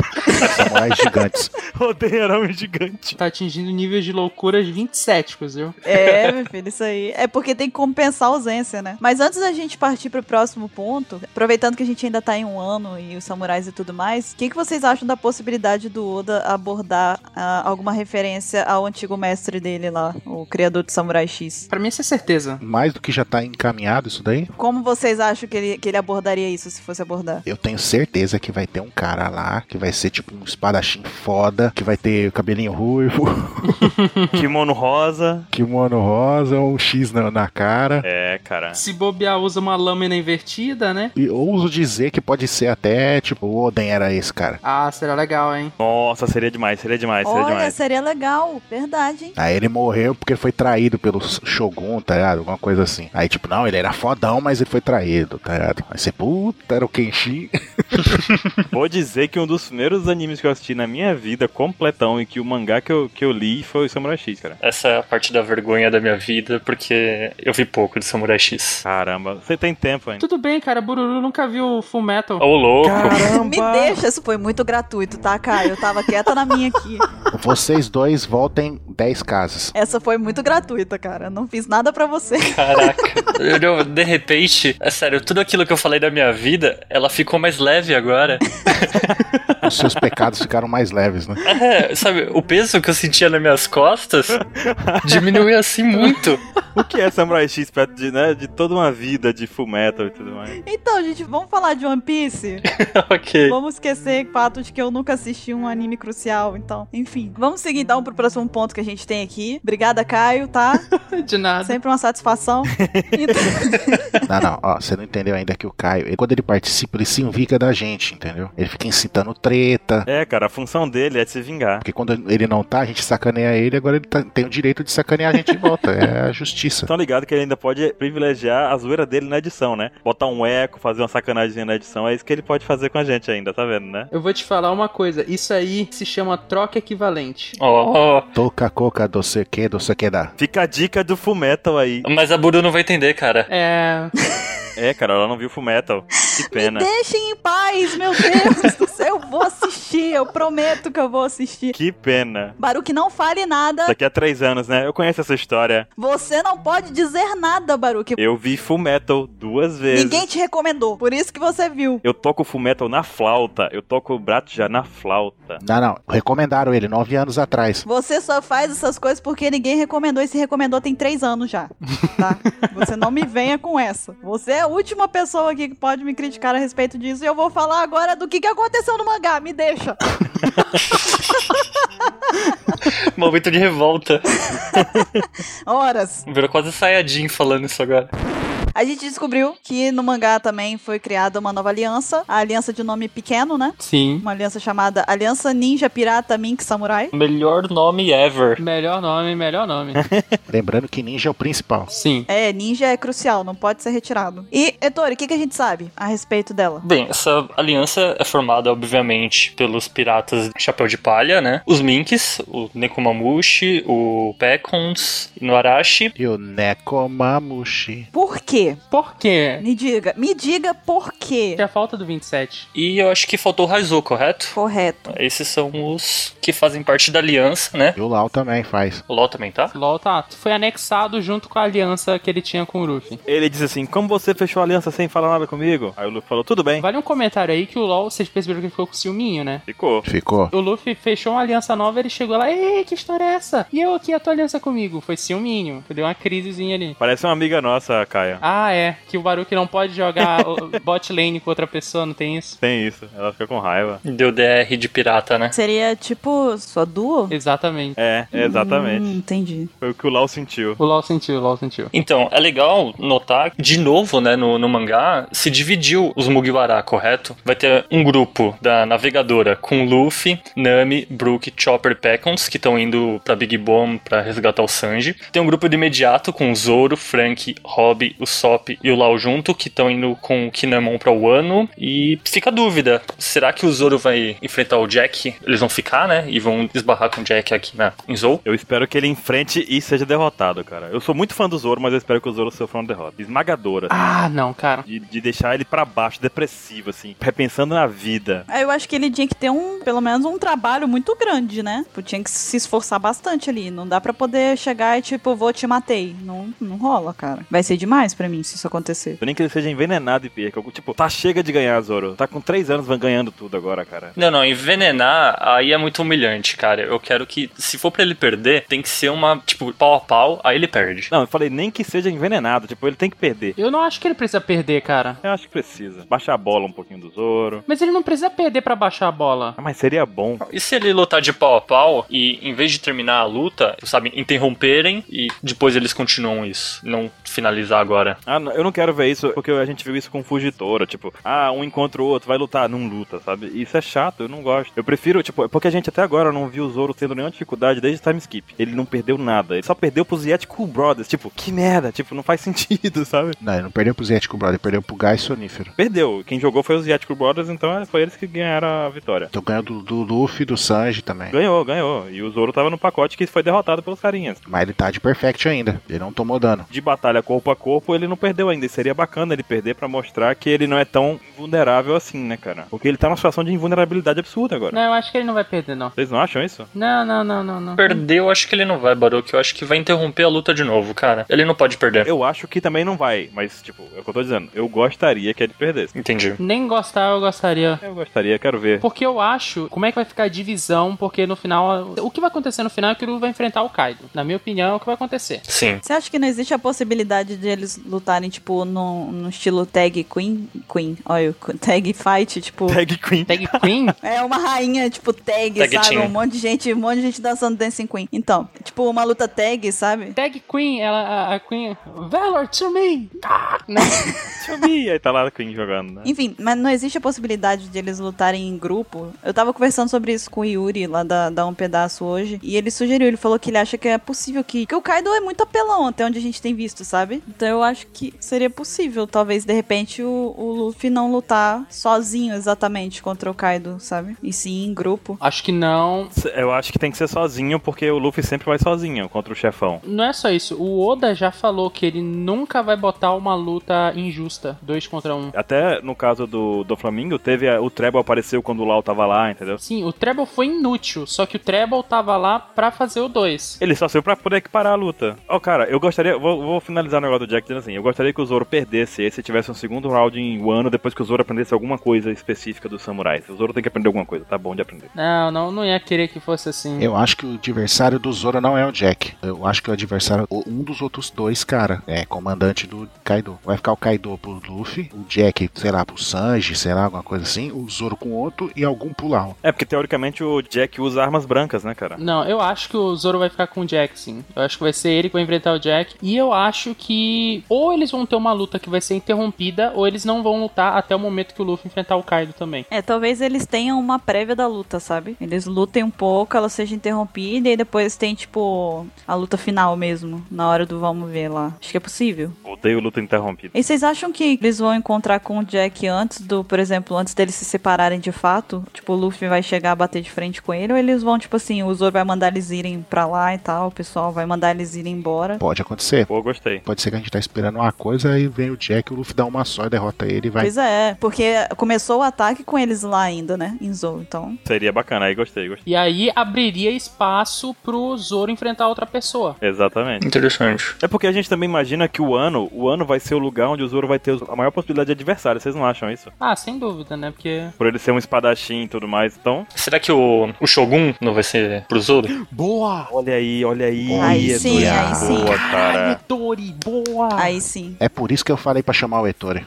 samurais gigantes.
Odeio era um gigante.
Tá atingindo níveis de loucuras 27, viu?
É, meu filho, isso aí. É porque tem que compensar a ausência, né? Mas antes da gente partir pro próximo ponto, aproveitando que a gente ainda tá em um ano e os samurais e tudo mais, o que, que vocês acham da possibilidade do Oda abordar ah, alguma referência ao antigo mestre dele lá, o criador de Samurai X?
Pra mim, isso é certeza.
Mais do que já tá encaminhado isso daí,
Como vocês acham que ele, que ele abordaria isso se fosse abordar?
eu tenho certeza que vai ter um cara lá que vai ser tipo um espadachim foda, que vai ter cabelinho ruivo,
Kimono rosa.
kimono rosa, um X na, na cara.
É, cara.
Se bobear, usa uma lâmina invertida, né?
E ouso dizer que pode ser até, tipo, o Oden era esse cara.
Ah, será legal, hein?
Nossa, seria demais, seria demais, seria
Olha,
demais.
seria legal, verdade, hein?
Aí ele morreu porque foi traído pelo Shogun, tá ligado? Alguma coisa assim. Aí, tipo, não, ele era fodão, mas ele foi traído, tá ligado? Aí você, puta, era o Kenshin.
Vou dizer que um dos primeiros animes que eu assisti na minha vida, completão, e que o mangá que eu, que eu li foi o Samurai X, cara.
Essa é a parte da vergonha da minha vida, porque eu vi pouco de Samurai X.
Caramba, você tem tempo ainda.
Tudo bem, cara. Bururu nunca viu Full Metal.
Ô, louco!
Me deixa, isso foi muito gratuito, tá, Caio? Eu tava quieta na minha aqui.
Vocês dois voltem 10 casas.
Essa foi muito gratuita, cara. Eu Não fiz nada pra você.
Caraca. Eu não- de repente, é sério, tudo aquilo que eu falei da minha vida, ela ficou mais leve agora.
Os seus pecados ficaram mais leves, né?
É, sabe, o peso que eu sentia nas minhas costas diminuiu assim muito.
O que é Samurai X perto de, né, de toda uma vida de Full Metal e tudo mais?
Então, gente, vamos falar de One Piece?
ok.
Vamos esquecer o fato de que eu nunca assisti um anime crucial, então. Enfim, vamos seguir então pro próximo ponto que a gente tem aqui. Obrigada, Caio, tá?
De nada.
Sempre uma satisfação. Então,
Não, não, ó, você não entendeu ainda que o Caio, ele- quando ele participa, ele se invica da gente, entendeu? Ele fica incitando treta.
É, cara, a função dele é se vingar.
Porque quando ele não tá, a gente sacaneia ele, agora ele tá- tem o direito de sacanear a gente de volta. É a justiça.
Estão ligados que ele ainda pode privilegiar a zoeira dele na edição, né? Botar um eco, fazer uma sacanagem na edição, é isso que ele pode fazer com a gente ainda, tá vendo, né?
Eu vou te falar uma coisa. Isso aí se chama troca equivalente.
Ó,
Toca coca do que, do que da.
Fica a dica do Full Metal aí.
mas a Buru não vai entender, cara.
É.
É, cara, ela não viu Full Metal. Que pena.
Me deixem em paz, meu Deus do céu. Eu vou assistir, eu prometo que eu vou assistir.
Que pena.
Baruque, não fale nada.
Daqui a três anos, né? Eu conheço essa história.
Você não pode dizer nada, Baruque.
Eu vi Full Metal duas vezes.
Ninguém te recomendou, por isso que você viu.
Eu toco Full Metal na flauta. Eu toco o Brato já na flauta.
Não, não. Recomendaram ele nove anos atrás.
Você só faz essas coisas porque ninguém recomendou e se recomendou tem três anos já, tá? Você não me venha com essa. Você é a última pessoa aqui que pode me criticar a respeito disso e eu vou falar agora do que, que aconteceu no mangá, me deixa.
Momento de revolta.
Horas.
Virou quase Sayajin falando isso agora.
A gente descobriu que no mangá também foi criada uma nova aliança, a aliança de nome pequeno, né?
Sim.
Uma aliança chamada Aliança Ninja Pirata Mink Samurai.
Melhor nome ever.
Melhor nome, melhor nome.
Lembrando que ninja é o principal.
Sim.
É, ninja é crucial, não pode ser retirado. E, Ettore, o que, que a gente sabe a respeito dela?
Bem, essa aliança é formada, obviamente, pelos piratas de Chapéu de Palha, né? Os Minks, o Nekomamushi, o Pekons, Inuarashi.
E o Nekomamushi.
Por quê?
Por quê?
Me diga, me diga por quê.
Que a falta do 27.
E eu acho que faltou o Raizo, correto?
Correto.
Esses são os que fazem parte da aliança, né?
E o Lau também faz.
O LOL também tá?
LOL tá, foi anexado junto com a aliança que ele tinha com o Luffy.
Ele disse assim: Como você fechou a aliança sem falar nada comigo? Aí o Luffy falou: Tudo bem.
Vale um comentário aí que o LOL, vocês perceberam que ele ficou com ciúminho, né?
Ficou.
Ficou.
O Luffy fechou uma aliança nova, ele chegou lá, ei, que história é essa? E eu aqui, a tua aliança comigo? Foi ciúminho. Deu uma crisezinha ali.
Parece uma amiga nossa, Caia.
Ah, é. Que o Baruque não pode jogar o- bot lane com outra pessoa, não tem isso?
Tem isso. Ela fica com raiva.
Deu DR de pirata, né?
Seria tipo sua duo?
Exatamente.
É, exatamente.
Hum, entendi.
Foi o que o Lau sentiu.
O LOL sentiu, o LOL sentiu.
Então, é legal notar, que, de novo, né, no, no mangá, se dividiu os Mugiwara, correto? Vai ter um grupo da navegadora com Luffy, Nami, Brook, Chopper, Pecons, que estão indo pra Big Bomb pra resgatar o Sanji. Tem um grupo de imediato com Zoro, Frank, Rob, Usopp e o Lau junto, que estão indo com o Kinemon pra Wano. E fica a dúvida, será que o Zoro vai enfrentar o Jack? Eles vão ficar, né? E vão esbarrar com o Jack aqui na, em Zou?
Eu espero que ele enfrente e seja derrotado, cara. Eu sou muito fã do Zoro, mas eu espero que o Zoro sofra uma derrota. Esmagadora. assim.
Ah, não, cara.
De, de deixar ele pra baixo, depressivo, assim. Repensando na vida.
Aí É, eu acho que ele tinha que ter um, pelo menos um trabalho muito grande, né? Tipo, tinha que se esforçar bastante ali. Não dá pra poder chegar e tipo, vou te matei. Não, não rola, cara. Vai ser demais pra mim se isso acontecer.
Nem que ele seja envenenado e perca. Tipo, tá chega de ganhar, Zoro. Tá com três anos, van ganhando tudo agora, cara.
Não, não, envenenar aí é muito humilhante, cara. Eu quero que, se for pra ele perder, tem que ser uma, tipo, pau a pau, aí ele perde.
Não, eu falei nem que seja envenenado. Tipo, ele tem que perder.
Eu não acho que ele precisa perder, cara.
Eu acho que precisa. Baixar a bola um pouquinho do Zoro.
Mas ele não precisa perder pra baixar a bola.
Ah, mas seria bom.
E se ele lutar de pau a pau e, em vez de terminar a luta, sabe, interromperem e depois eles continuam isso? Não finalizar agora.
Ah, não, eu não quero ver isso, porque a gente viu isso com Fugitora, tipo, ah, um encontra o outro, vai lutar, não luta, sabe? Isso é chato, eu não gosto. Eu prefiro, tipo, porque a gente até agora não viu o Zoro tendo nenhuma dificuldade desde time skip. Ele não perdeu nada, ele só perdeu pros Yeti Cool Brothers, tipo, que merda, tipo, não faz sentido, sabe?
Não, ele não perdeu pro Zético Brother, perdeu pro Gás Sonífero.
Perdeu, quem jogou foi os Yeti Cool Brothers, então é, foi eles que ganharam a vitória.
Então ganhou do, do Luffy e do Sanji também.
Ganhou, ganhou, e o Zoro tava no pacote que foi derrotado pelos carinhas.
Mas ele tá de perfect ainda. Ele não tomou dano.
De batalha corpo a corpo, ele não perdeu ainda. E seria bacana ele perder pra mostrar que ele não é tão vulnerável assim, né, cara? Porque ele tá numa situação de invulnerabilidade absurda agora.
Não, eu acho que ele não vai perder, não.
Vocês não acham isso?
Não, não, não, não, não.
Perder, eu acho que ele não vai, Baruch. Eu acho que vai interromper a luta de novo, cara. Ele não pode perder.
Eu acho que também não vai, mas, tipo, é o que eu tô dizendo. Eu gostaria que ele perdesse.
Entendi.
Nem gostar, eu gostaria.
Eu gostaria, quero ver.
Porque eu acho como é que vai ficar a divisão, porque no final. O que vai acontecer no final é que o Luffy vai enfrentar o Kaido. Na minha opinião, é o que vai acontecer.
Sim.
Você acha que não existe a possibilidade de eles lutarem, tipo, no, no estilo tag queen? Queen, olha, qu- tag fight, tipo.
Tag Queen.
Tag Queen?
É uma rainha, tipo, tag,
Tag
sabe?
team.
Um monte de gente, um monte de gente dançando Dancing Queen. Então, tipo, uma luta tag, sabe?
Tag Queen, ela, a, a Queen. Valor to me! Ah, né?
Ih, aí tá lá a Queen jogando, né?
Enfim, mas não existe a possibilidade de eles lutarem em grupo. Eu tava conversando sobre isso com o Yuri lá da, da Um Pedaço hoje. E ele sugeriu, ele falou que ele acha que é possível que. que o Kaido é muito apelão até onde a gente tem visto, sabe? Então eu acho acho que seria possível, talvez, de repente, o, o Luffy não lutar sozinho exatamente contra o Kaido, sabe? E sim em grupo.
Acho que não.
Eu acho que tem que ser sozinho, porque o Luffy sempre vai sozinho contra o chefão.
Não é só isso. O Oda já falou que ele nunca vai botar uma luta injusta, dois contra um.
Até no caso do, do Flamingo, teve a- o Treble apareceu quando o Lau tava lá, entendeu?
Sim, o Treble foi inútil, só que o Treble tava lá pra fazer o 2.
Ele só saiu pra poder equiparar a luta. Ó, cara, eu gostaria. Vou, vou finalizar o negócio do Jack dizendo assim: eu gostaria que o Zoro perdesse esse e tivesse um segundo round em um ano depois que o Zoro aprendesse alguma coisa específica dos samurais. O Zoro tem que aprender alguma coisa, tá bom de aprender.
Não, não, não ia querer que fosse assim.
Eu acho que o adversário do Zoro não é o Jack. Eu acho que o adversário, o- um dos outros dois, cara, é comandante do Kaido. Vai ficar o Kaido pro Luffy, o Jack, sei lá, pro Sanji, sei lá, alguma coisa assim, o Zoro com outro e algum pro Lau.
É, porque teoricamente o Jack usa armas brancas, né, cara?
Não, eu acho que o Zoro vai ficar com o Jack, sim. Eu acho que vai ser ele que vai enfrentar o Jack. E eu acho que ou eles vão ter uma luta que vai ser interrompida, ou eles não vão lutar até o momento que o Luffy enfrentar o Kaido também.
É, talvez eles tenham uma prévia da luta, sabe? Eles lutem um pouco, ela seja interrompida e depois tem, tipo, a luta final mesmo, na hora do vamos ver lá. Acho que é possível.
Odeio luta interrompida.
E vocês acham que eles vão encontrar com o Jack antes do, por exemplo, antes deles se separarem de fato? Tipo, o Luffy vai chegar a bater de frente com ele? Ou eles vão, tipo assim, o Zoro vai mandar eles irem pra lá e tal, o pessoal vai mandar eles irem embora?
Pode acontecer.
Pô, gostei.
Pode ser que a gente tá esperando uma coisa, aí vem o Jack, o Luffy dá uma só, derrota ele e vai.
Pois é, porque começou o ataque com eles lá ainda, né? Em Zou, então.
Seria bacana, aí gostei, gostei.
E aí abriria espaço pro Zoro enfrentar outra pessoa.
Exatamente.
Interessante.
É porque a gente também imagina que o ano, o ano vai ser o lugar onde o Zoro vai ter os- a maior possibilidade de adversário, vocês não acham isso?
Ah, sem dúvida, né? Porque.
Por ele ser um espadachim e tudo mais, então.
Será que o, o Shogun não vai ser pro Zoro?
Boa!
Olha aí, olha aí.
Aí
Edu.
sim, aí sim.
Boa,
Caralho,
cara.
Tori, boa!
Aí sim.
É por isso que eu falei pra chamar o Ettore.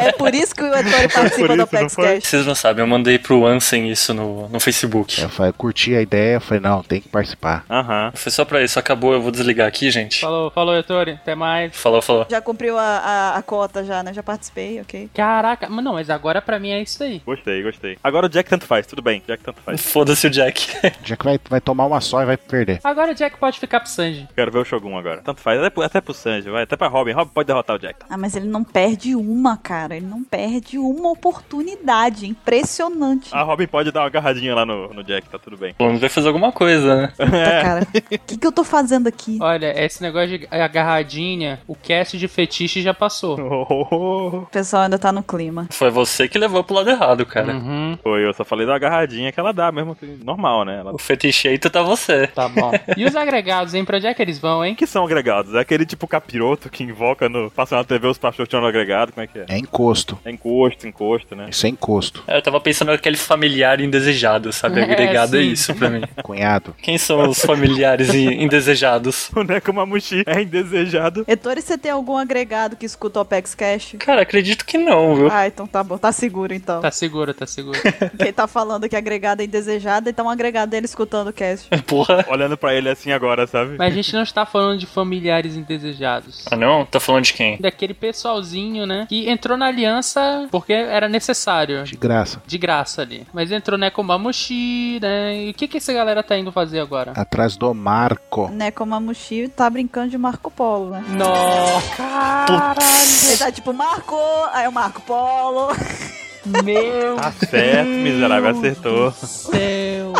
É por isso que o Ettore participa
isso,
do
não
Apex
foi?
Cash.
Vocês não sabem, eu mandei pro Ansem isso no, no
É.
Facebook.
Eu falei, curti a ideia, eu falei, não, tem que participar.
Aham.
Foi só pra isso, acabou, eu vou desligar aqui, gente.
Falou, falou, Ettore. Até mais.
Falou, falou.
Já cumpriu a, a, a cota já, né? Já participei, ok.
Caraca, mas não, mas agora pra mim é isso aí.
Gostei, gostei. Agora o Jack tanto faz, tudo bem, Jack tanto faz.
Foda-se o Jack.
O Jack vai, vai tomar uma só e vai perder.
Agora o Jack pode ficar pro Sanji.
Quero ver o Shogun agora. Tanto faz, até, pro- até pro Sanji, vai, até pra Robin. Robin pode derrotar o Jack.
Ah, mas ele não perde uma, cara. Ele não perde uma oportunidade. Impressionante.
A Robin pode dar uma agarradinha lá no, no Jack, tá tudo bem.
Pelo menos vai fazer alguma coisa, né?
É.
Puta, cara. O que, que eu tô fazendo aqui?
Olha, esse negócio de agarradinha, o cast de fetiche já passou.
É.
O pessoal ainda tá no clima.
Foi você que levou pro lado errado, cara.
Uhum,
Foi, eu só falei da agarradinha que ela dá, mesmo que normal, né? Ela...
O feticheito tá você.
tá bom. E os agregados, hein? Pra onde é que eles vão, hein?
que são agregados? É aquele tipo capiroto que invoca no. Passa na TV os pastores tirando agregado, como é que é?
É encosto.
É encosto, encosto, né?
Isso é encosto.
Eu tava pensando naquele familiar indesejado, sabe?
É,
Agregado é,
sim.
isso pra mim.
Cunhado.
Quem são os familiares in- indesejados?
O Neko Mamushi é indesejado.
Ettore, você tem algum agregado que escuta o Apex Cash?
Cara, acredito que não, viu?
Ah, então tá bom. Tá seguro, então.
Tá seguro, tá seguro.
Quem tá falando que agregado é indesejado, então o agregado dele escutando o cast.
Porra.
Olhando pra ele assim agora, sabe?
Mas a gente não está falando de familiares indesejados.
Ah, não? Tá falando de quem?
Daquele pessoalzinho, né? Que entrou na aliança porque era necessário.
De graça.
De graça ali. Mas entrou, né, com Mamushi, né? E o que que essa galera tá indo fazer agora?
Atrás do Marco.
Né, como a Mushi tá brincando de Marco Polo, né?
Nossa,
Ele tá tipo, Marco! Aí é o Marco Polo.
meu
Tá certo, miserável, acertou.
céu.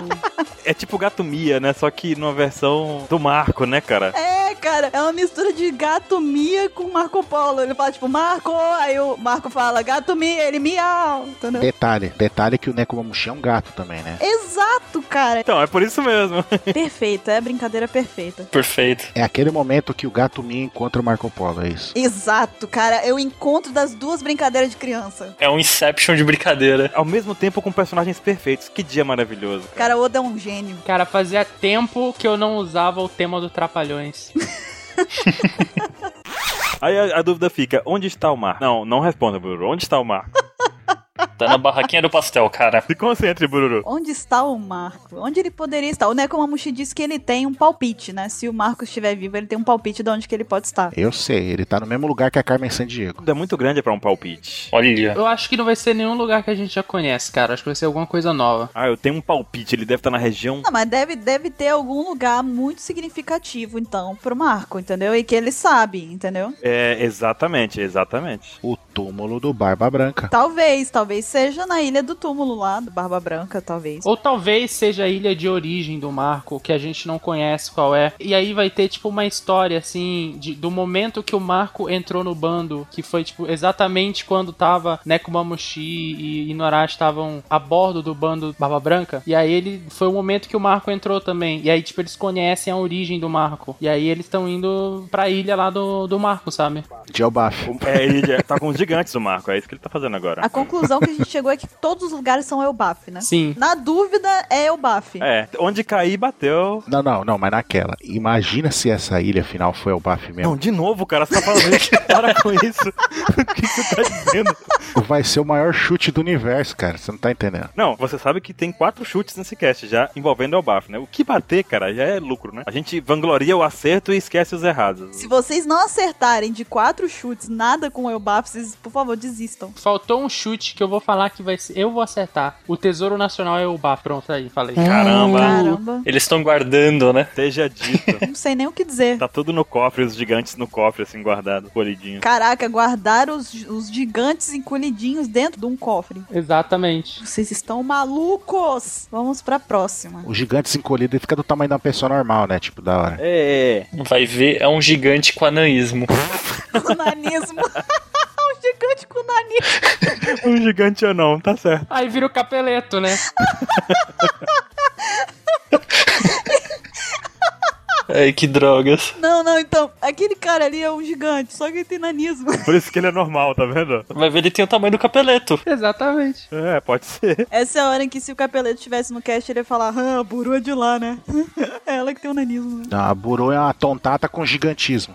É tipo gato Mia, né? Só que numa versão do Marco, né, cara?
É, cara, é uma mistura de gato Mia com Marco Polo. Ele fala, tipo, Marco! Aí o Marco fala, gato Mia, ele miau, entendeu?
Detalhe, detalhe que o Nekomamushi é um gato também, né?
Exato, cara.
Então, é por isso mesmo.
Perfeito, é a brincadeira perfeita.
Perfeito.
É aquele momento que o gato Mia encontra o Marco Polo, é isso.
Exato, cara. É o encontro das duas brincadeiras de criança.
É um Inception de brincadeira.
Ao mesmo tempo com personagens perfeitos. Que dia maravilhoso. Cara.
Cara, o Oda é um gênio.
Cara, fazia tempo que eu não usava o tema do Trapalhões.
Aí a, a dúvida fica: onde está o Marco? Não, não responda, Bruno. Onde está o Marco?
Tá na barraquinha do pastel, cara.
Se concentre, Bururu.
Onde está o Marco? Onde ele poderia estar? O Nekomamushi disse que ele tem um palpite, né? Se o Marco estiver vivo, ele tem um palpite de onde que ele pode estar.
Eu sei, ele tá no mesmo lugar que a Carmen Sandiego.
É muito grande pra um palpite.
Olha.
Eu acho que não vai ser nenhum lugar que a gente já conhece, cara. Acho que vai ser alguma coisa nova.
Ah, eu tenho um palpite, ele deve estar na região.
Não, mas deve, deve ter algum lugar muito significativo, então, pro Marco, entendeu? E que ele sabe, entendeu?
É, exatamente, exatamente.
O túmulo do Barba Branca.
Talvez, talvez seja na Ilha do Túmulo lá, do Barba Branca, talvez.
Ou talvez seja a ilha de origem do Marco, que a gente não conhece qual é. E aí vai ter, tipo, uma história, assim, de- do momento que o Marco entrou no bando, que foi, tipo, exatamente quando tava Nekomamushi e Inuarashi estavam a bordo do bando Barba Branca. E aí ele foi o momento que o Marco entrou também. E aí, tipo, eles conhecem a origem do Marco. E aí eles estão indo pra ilha lá do, do Marco, sabe?
Tá.
Gelbaf.
É, ele já tá com os gigantes do Marco, é isso que ele tá fazendo agora.
A conclusão que a gente chegou é que todos os lugares são Elbaf, né?
Sim.
Na dúvida, é Elbaf.
É, onde cair, bateu.
Não, não, não, mas naquela. Imagina se essa ilha final foi o Baf mesmo.
Não, de novo, cara, você tá falando isso. Para com isso. O que que você tá dizendo?
Vai ser o maior chute do universo, cara. Você não tá entendendo.
Não, você sabe que tem quatro chutes nesse cast já envolvendo o Elbaf, né? O que bater, cara, já é lucro, né? A gente vangloria o acerto e esquece os errados.
Se vocês não acertarem de quatro chutes nada com o Elbaf, vocês, por favor, desistam.
Faltou um chute que eu vou falar que vai ser. Eu vou acertar. O Tesouro Nacional é o Bar. Pronto, aí, falei.
Caramba,
Caramba.
Eles estão guardando, né?
seja dito.
Não sei nem o que dizer.
Tá tudo no cofre, os gigantes no cofre, assim, guardado, colidinho.
Caraca, guardaram os, os gigantes encolhidinhos dentro de um cofre.
Exatamente.
Vocês estão malucos! Vamos pra próxima.
O gigante se encolhido ele fica do tamanho de uma pessoa normal, né? Tipo, da hora.
É,
Vai ver, é um gigante com anaísmo.
Nanismo. o Um gigante com nanismo.
um gigante ou não, tá certo.
Aí vira o capeleto, né?
Ai, que drogas.
Não, não, então. Aquele cara ali é um gigante, só que ele tem nanismo.
Por isso que ele é normal, tá vendo?
Vai ver, ele tem o tamanho do capeleto.
Exatamente.
É, pode ser.
Essa é a hora em que se o capeleto estivesse no cast, ele ia falar, ah, a Buru é de lá, né? é ela que tem o nanismo. né?
Não, a Buru é uma tontata com gigantismo.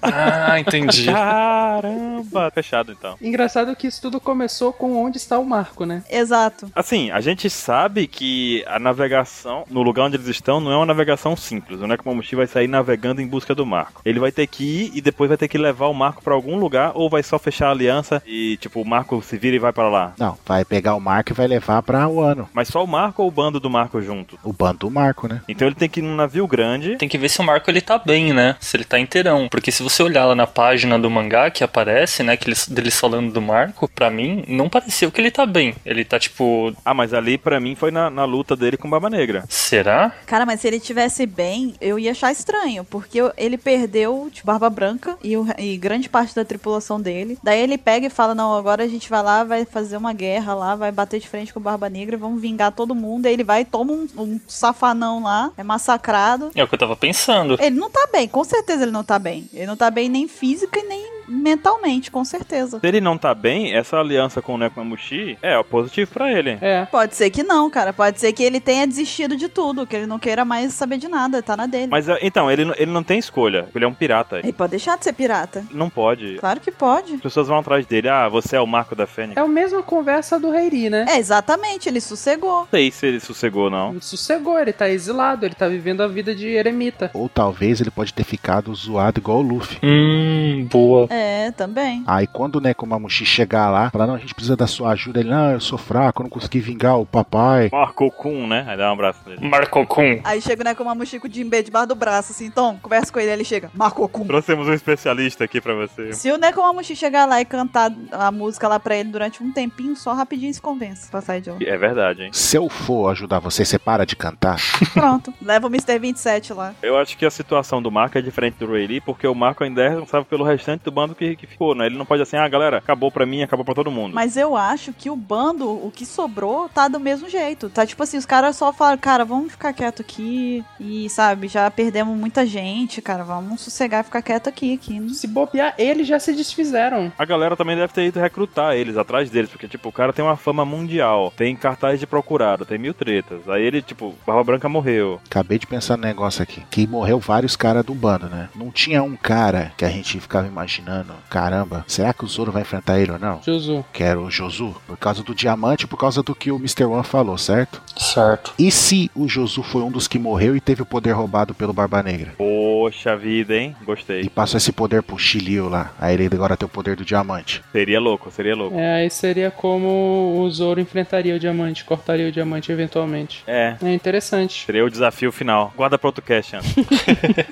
Ah, entendi.
Caramba, fechado então.
Engraçado que isso tudo começou com onde está o Marco, né?
Exato.
Assim, a gente sabe que a navegação no lugar onde eles estão não é uma navegação simples. é O Nekomamushi vai sair navegando em busca do Marco. Ele vai ter que ir e depois vai ter que levar o Marco pra algum lugar ou vai só fechar a aliança e, tipo, o Marco se vira e vai pra lá.
Não, vai pegar o Marco e vai levar pra o ano.
Mas só o Marco ou o bando do Marco junto?
O bando do Marco, né?
Então ele tem que ir num navio grande.
Tem que ver se o Marco ele tá bem, né? Se ele tá inteirão. Porque se você olhar lá na página do mangá que aparece, né? Que eles, deles falando do Marco, pra mim, não pareceu que ele tá bem. Ele tá tipo.
Ah, mas ali pra mim foi na, na luta dele com Baba Negra.
Será?
Cara, mas se ele tivesse bem, eu ia achar estranho, porque eu- ele perdeu tipo, Barba Branca e, o- e grande parte da tripulação dele. Daí ele pega e fala: Não, agora a gente vai lá, vai fazer uma guerra lá, vai bater de frente com o Barba Negra, vamos vingar todo mundo. Aí ele vai e toma um, um safanão lá, é massacrado.
É o que eu tava pensando.
Ele não tá bem, com certeza ele não tá bem. Ele não tá bem nem física e nem mentalmente, com certeza.
Se ele não tá bem, essa aliança com o Nekomamushi é o positivo pra ele.
É.
Pode ser que não, cara. Pode ser que ele tenha desistido de tudo, que ele não queira mais saber de nada, tá na dele.
Mas é, então, ele, não- ele não tem escolha. Ele é um pirata. Ele
Ele pode deixar de ser pirata.
não pode.
Claro que pode.
As pessoas vão atrás dele. Ah, você é o Marco da Fênix.
É a mesma conversa do Reiri, né?
É, exatamente, ele sossegou.
Não sei se ele sossegou ou não.
Ele sossegou, ele tá exilado, ele tá vivendo a vida de eremita.
Ou talvez ele pode ter ficado zoado igual o Luffy.
Hum, boa.
É, também.
Aí quando o Nekomamushi chegar lá, falar, não, a gente precisa da sua ajuda. Ele, não, eu sou fraco, eu não consegui vingar o papai.
Marco Kun, né? Aí dá um abraço nele.
Marco Kun.
Aí chega o Nekomamushi com o Jinbei debaixo do braço, assim, então, conversa com ele, ele chega, Makokun.
Trouxemos um especialista aqui pra você.
Se o Nekomamushi chegar lá e cantar a música lá pra ele durante um tempinho, só rapidinho se convence pra sair de lá.
É verdade, hein?
Se eu for ajudar você, você para de cantar?
Pronto, leva o Mr. 27 lá.
Eu acho que a situação do Marco é diferente do Ray Lee, porque o Marco ainda é responsável pelo restante do bando que, que ficou, né? Ele não pode assim, ah, galera, acabou pra mim, acabou pra todo mundo.
Mas eu acho que o bando, o que sobrou, tá do mesmo jeito. Tá tipo assim, os caras só falaram, cara, vamos ficar quieto aqui. E, sabe, já perdemos muita gente, cara, vamos sossegar e ficar quieto aqui. aqui.
Se bobear, eles já se desfizeram.
A galera também deve ter ido recrutar eles atrás deles, porque, tipo, o cara tem uma fama mundial, tem cartaz de procurado, tem mil tretas. Aí ele, tipo, Barba Branca morreu.
Acabei de pensar no negócio aqui. Que morreu vários caras do bando, né? Não tinha um cara que a gente ficava imaginando
Mano, caramba. Será que o Zoro vai enfrentar ele ou não?
Juzu.
Quero o Josu. Por causa do diamante, por causa do que o Mr. One falou, certo?
Certo.
E se o Josu foi um dos que morreu e teve o poder roubado pelo Barba Negra?
Poxa vida, hein?
E
Gostei.
passou esse poder pro Shiryu lá. Aí ele agora tem o poder do diamante.
Seria louco, seria louco.
É, aí seria como o Zoro enfrentaria o diamante, cortaria o diamante eventualmente.
É.
É interessante.
Seria o desafio final. Guarda pra outro cast, Anderson.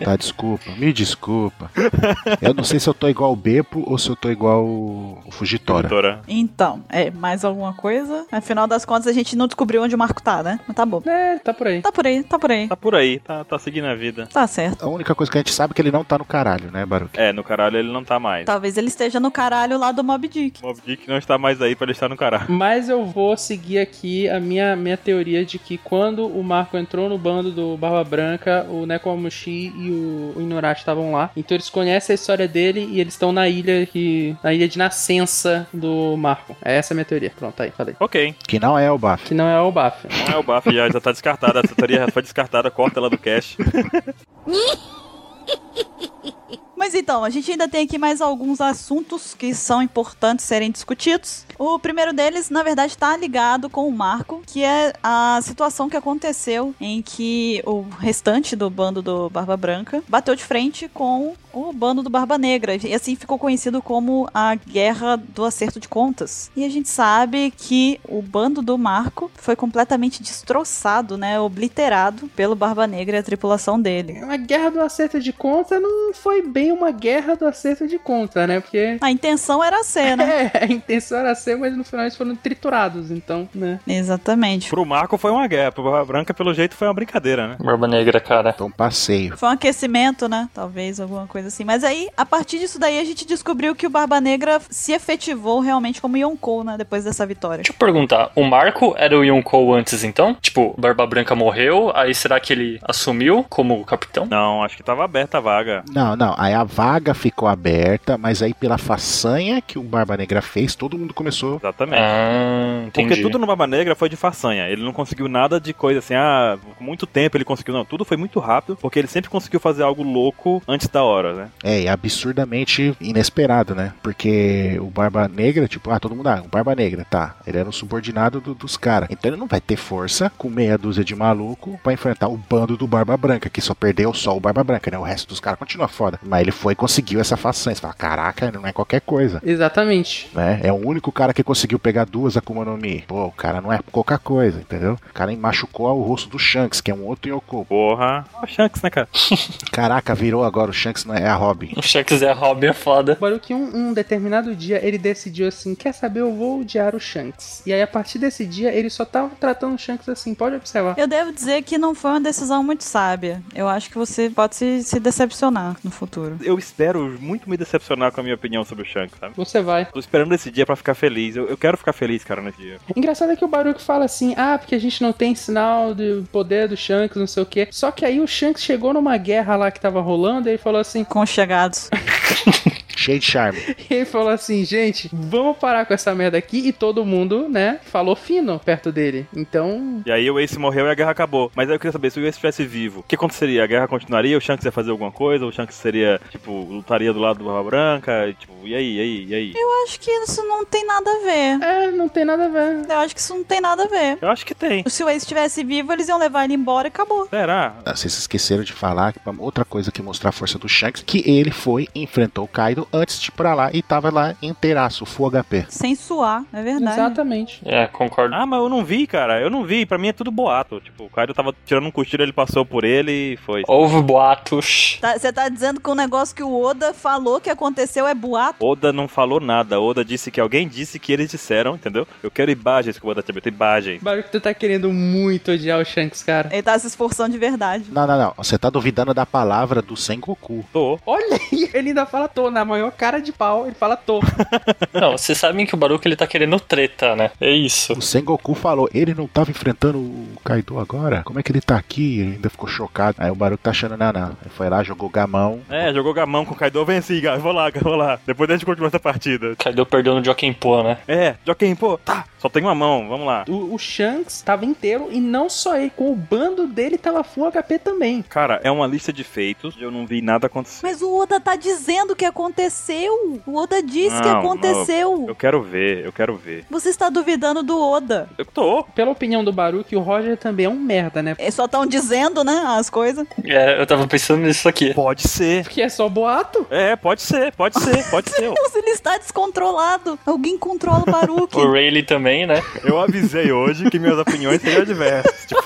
Tá, desculpa. Me desculpa. Eu não sei se eu tô igual o Beppo ou se eu tô igual o o Fugitora.
Doutora.
Então, é, mais alguma coisa? Afinal das contas, a gente não descobriu onde o Marco tá, né? Mas tá bom.
É, tá por aí.
Tá por aí, tá por aí.
Tá por aí, tá, tá seguindo a vida.
Tá certo.
A única coisa que a gente sabe é que ele não tá no caralho, né, Baruque?
É, no caralho ele não tá mais.
Talvez ele esteja no caralho lá do Mob Dick.
Mob Dick não está mais aí pra ele estar no caralho.
Mas eu vou seguir aqui a minha, minha teoria de que quando o Marco entrou no bando do Barba Branca, o Nekomamushi e o, o Inuarashi estavam lá. Então eles conhecem a história dele e eles estão na ilha que. na ilha de nascença do Marco. É essa a minha teoria. Pronto, aí, falei.
Ok,
Que não é o Baf.
Que não é o Baf.
não é o bafo, já, já tá descartada. Essa teoria já foi descartada, corta ela do cast.
Mas então, a gente ainda tem aqui mais alguns assuntos que são importantes serem discutidos. O primeiro deles, na verdade, está ligado com o Marco, que é a situação que aconteceu em que o restante do bando do Barba Branca bateu de frente com o bando do Barba Negra. E assim ficou conhecido como a Guerra do Acerto de Contas. E a gente sabe que o bando do Marco foi completamente destroçado, né? Obliterado pelo Barba Negra e a tripulação dele.
A guerra do acerto de conta não foi bem uma guerra do acerto de conta, né? Porque.
A intenção era ser, né?
É, a intenção era ser, mas no final eles foram triturados, então, né?
Exatamente.
Pro Marco foi uma guerra, pro Barba Branca, pelo jeito, foi uma brincadeira, né?
Barba Negra, cara.
Então passeio.
Foi um aquecimento, né? Talvez alguma coisa assim. Mas aí, a partir disso daí, a gente descobriu que o Barba Negra se efetivou realmente como Yonkou, né? Depois dessa vitória.
Deixa eu perguntar, o Marco era o Yonkou antes então? Tipo, Barba Branca morreu, aí será que ele assumiu como capitão?
Não, acho que tava aberta a vaga.
Não, não. Aí a vaga ficou aberta, mas aí pela façanha que o Barba Negra fez, todo mundo começou.
Exatamente.
Ah, entendi.
Porque tudo no Barba Negra foi de façanha. Ele não conseguiu nada de coisa assim, ah, com muito tempo ele conseguiu. Não, tudo foi muito rápido, porque ele sempre conseguiu fazer algo louco antes da hora, né?
É, e absurdamente inesperado, né? Porque o Barba Negra, tipo, ah, todo mundo, ah, o Barba Negra, tá. Ele era um subordinado do- dos caras. Então ele não vai ter força com meia dúzia de maluco pra enfrentar o bando do Barba Branca, que só perdeu só o Barba Branca, né? O resto dos caras continua foda. Mas ele foi e conseguiu essa façanha. Você fala, caraca, não é qualquer coisa.
Exatamente.
né? É o único cara que conseguiu pegar duas Akuma no Mi. Pô, o cara não é pouca coisa, entendeu? O cara machucou o rosto do Shanks, que é um outro Yoko.
Porra. Ó, Shanks, né, cara?
Caraca, virou agora. O Shanks não é é a Robin.
O Shanks é a Robin é foda.
Barulho que um, um determinado dia ele decidiu assim: quer saber, eu vou odiar o Shanks. E aí, a partir desse dia, ele só tava tratando o Shanks assim, pode observar.
Eu devo dizer que não foi uma decisão muito sábia. Eu acho que você pode se, se decepcionar no futuro.
Eu espero muito me decepcionar com a minha opinião sobre o Shanks, sabe?
Você vai.
Tô esperando esse dia pra ficar feliz. Eu, eu quero ficar feliz, cara, nesse dia.
Engraçado é que o Baruch fala assim: ah, porque a gente não tem sinal do poder do Shanks, não sei o quê. Só que aí o Shanks chegou numa guerra lá que tava rolando e ele falou assim:
Conchegados.
Cheio de charme.
E ele falou assim, gente, vamos parar com essa merda aqui. E todo mundo, né, falou fino perto dele. Então,
E aí o Ace morreu e a guerra acabou. Mas aí eu queria saber, se o Ace estivesse vivo, o que aconteceria? A guerra continuaria? O Shanks ia fazer alguma coisa? O Shanks seria, tipo, lutaria do lado do Barba Branca? E, Tipo, e aí, e aí, e aí?
Eu acho que isso não tem nada a ver.
é, não tem nada a ver.
Eu acho que isso não tem nada a ver.
Eu acho que tem.
Se o Ace estivesse vivo, eles iam levar ele embora e acabou.
Será?
Ah, Vocês esqueceram de falar que outra coisa que mostrou a força do Shanks, que ele foi, enfrentou o Kaido antes de ir pra lá e tava lá inteiraço, full HP.
Sem suar, é verdade.
Exatamente.
É, concordo.
Ah, mas eu não vi, cara. Eu não vi. Pra mim é tudo boato. Tipo, o Kaido tava tirando um cochilo, ele passou por ele e foi.
Houve boatos.
Tá- Você tá dizendo que o negócio que o Oda falou que aconteceu é boato?
Oda não falou nada. Oda disse que alguém disse que eles disseram, entendeu? Eu quero imagens que o Oda te abriu. Imagens.
Baruch, tu tá querendo muito odiar o Shanks, cara.
Ele tá se esforçando de verdade.
Não, não, não. Você tá duvidando da palavra do Sengoku.
Tô.
Olha aí, ele ainda fala tô, na maior cara de pau, ele fala tô.
Não, vocês sabem que o Baruch ele tá querendo treta, né? É isso.
O Sengoku falou, ele não tava enfrentando o Kaido agora? Como é que ele tá aqui? Ele ainda ficou chocado. Aí o Baruch tá achando, não, não. Ele foi lá, jogou gamão.
É, jogou gamão com o Kaido. Venci, cara. Vou lá, cara. Vou lá. Depois a gente continua essa partida.
Kaido perdeu no Jokenpô, né?
É, Joaquim, pô. Tá. Só tem uma mão. Vamos lá.
O, o Shanks tava inteiro e não só ele, com o bando dele tava full HP também.
Cara, é uma lista de feitos. Eu não vi nada acontecer.
Mas o Oda tá dizendo que aconteceu. O Oda diz que
Não,
aconteceu.
Eu quero ver, eu quero ver.
Você está duvidando do Oda.
Eu tô.
Pela opinião do Baruch, o Roger também é um merda, né?
Eles só estão dizendo, né, as coisas.
É, eu tava pensando nisso aqui.
Pode ser.
Porque é só boato.
É, pode ser, pode ser, pode ser.
Ele está descontrolado. Alguém controla o Baruque.
O Rayleigh também, né?
Eu avisei hoje que minhas opiniões seriam diversas. Tipo,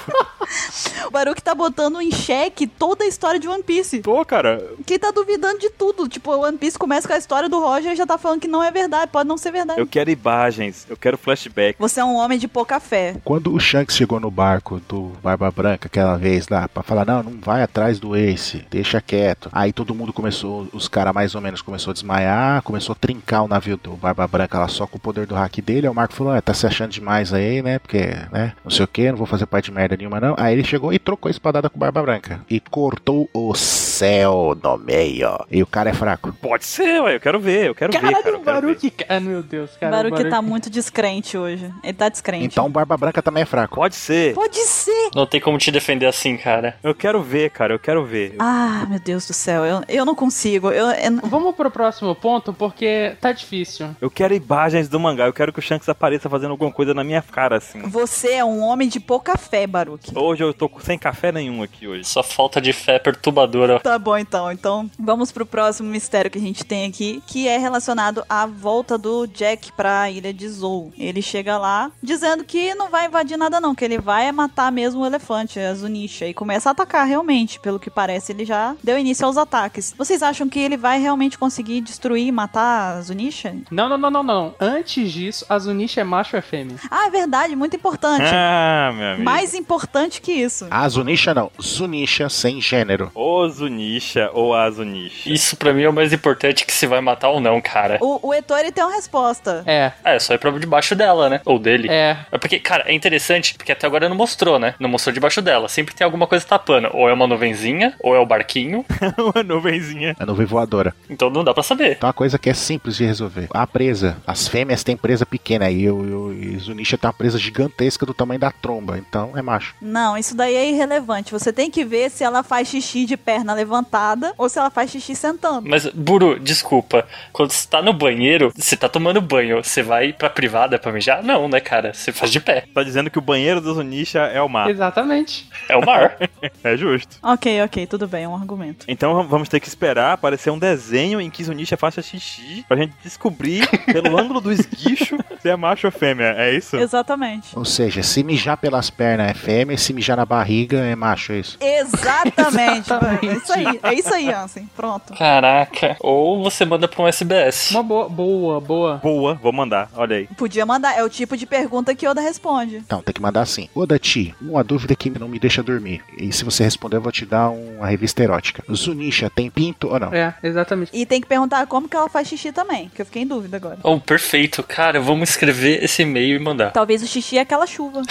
o Baruque tá botando em xeque toda a história de One Piece.
tô, cara.
Quem tá duvidando de tudo. Tipo, One Piece começa com a história do Roger e já tá falando que não é verdade. Pode não ser verdade.
Eu quero imagens, eu quero flashback.
Você é um homem de pouca fé.
Quando o Shanks chegou no barco do Barba Branca aquela vez lá, pra falar, não, não vai atrás do Ace, deixa quieto. Aí todo mundo começou, os caras mais ou menos começou a desmaiar, começou a trincar o navio do Barba Branca lá só com o poder do hack dele. Aí o Marco falou, ah, tá se achando demais aí, né, porque, né, não sei o que, não vou fazer parte de merda nenhuma não. Aí ele chegou e trocou a espadada com o Barba Branca. E cortou o céu no meio. E o cara é fraco.
Pode ser, ué, eu quero ver, eu quero ver, cara.
Caralho,
Eu
o
quero ver.
Baruch. Ah, meu Deus,
O
cara. o
Baruque
Baruch-
tá muito descrente hoje. Ele tá descrente.
Então o Barba Branca também é fraco.
Pode ser.
Pode ser.
Não tem como te defender assim, cara.
Eu quero ver, cara, eu quero ver.
Ah, meu Deus do céu. Eu, eu não consigo. Eu,
tá-
eu-
Vamos pro próximo ponto, porque tá difícil.
Eu quero imagens do mangá, eu quero que o Shanks apareça fazendo alguma coisa na minha cara, assim.
Você é um homem de pouca fé, Baruque.
Hoje eu tô com- sem café nenhum aqui hoje.
Sua falta de fé perturbadora.
Tá bom então. Então, vamos pro próximo mistério que a gente tem aqui, que é relacionado à volta do Jack pra ilha de Zou. Ele chega lá dizendo que não vai invadir nada não, que ele vai é matar mesmo o elefante, a Zunisha, e começa a atacar realmente, pelo que parece, ele já deu início aos ataques. Vocês acham que ele vai realmente conseguir destruir e matar a Zunisha?
Não, não, não, não, não. Antes disso, a Zunisha é macho ou é fêmea?
Ah, é verdade, muito importante.
Ah, meu amigo.
Mais importante que isso.
Ah, Zunisha não. Zunisha sem gênero.
Ou Zunisha ou a Zunisha.
Isso pra mim é o mais importante que se vai matar ou não, cara.
O, o Ettore tem uma resposta.
É,
É, só ir pra debaixo dela, né? Ou dele.
é.
É porque, cara, é interessante, porque até agora não mostrou, né? Não mostrou debaixo dela. Sempre tem alguma coisa tapando. Ou é uma nuvenzinha, ou é o barquinho.
Uma nuvenzinha.
A é nuvem voadora.
Então não dá pra saber.
Então, uma coisa que é simples de resolver. A presa. As fêmeas têm presa pequena e o, e o e Zunisha tem uma presa gigantesca do tamanho da tromba. Então, é macho.
Não, isso daí é irrelevante. Você tem que ver se ela faz xixi de perna levantada ou se ela faz xixi sentando.
Mas, Buru, desculpa. Quando você tá no banheiro, você tá tomando banho, você vai pra privada pra mijar? Não, né, cara? Você faz de pé.
Tá dizendo que o banheiro da Zunisha é o mar.
Exatamente.
É o mar.
É justo.
Ok, ok, tudo bem, é um argumento.
Então vamos ter que esperar aparecer um desenho em que Zunisha faça xixi pra gente descobrir pelo ângulo do esguicho se é macho ou fêmea. É isso?
Exatamente.
Ou seja, se mijar pelas pernas é fêmea e se mijar na barriga é macho, é isso.
Exatamente. É isso aí, é isso aí, Ansem. Pronto.
Caraca. Ou você manda pra um SBS.
Uma boa, boa, boa.
Boa, vou mandar. Olha aí.
Podia mandar, é o tipo de pergunta que Oda responde.
Então, tem que mandar assim. Ô, Dati, uma dúvida que não me deixa dormir. E se você responder, eu vou te dar uma revista erótica. Zunisha tem pinto ou não?
É, exatamente.
E tem que perguntar como que ela faz xixi também, que eu fiquei em dúvida agora.
Oh, perfeito. Cara, vamos escrever esse e-mail e mandar.
Talvez o xixi é aquela chuva.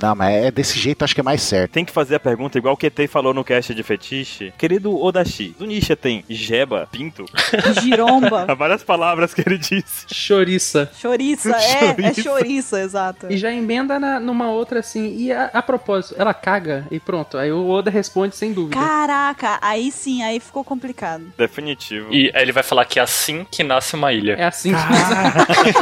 Não, mas é desse jeito, acho que é mais certo.
Tem que fazer a pergunta igual o QT falou no cast de fetiche. Querido Odashi, Zunisha tem jeba, pinto? Há
Giromba.
várias palavras que ele disse.
Choriça.
Chouriça, é, é
Chouriça.
chouriça, exato.
E já emenda na- numa outra assim. E a, a propósito, ela caga e pronto. Aí o Oda responde sem dúvida.
Caraca, aí sim, aí ficou complicado.
Definitivo.
E aí ele vai falar que é assim que nasce uma ilha.
É assim que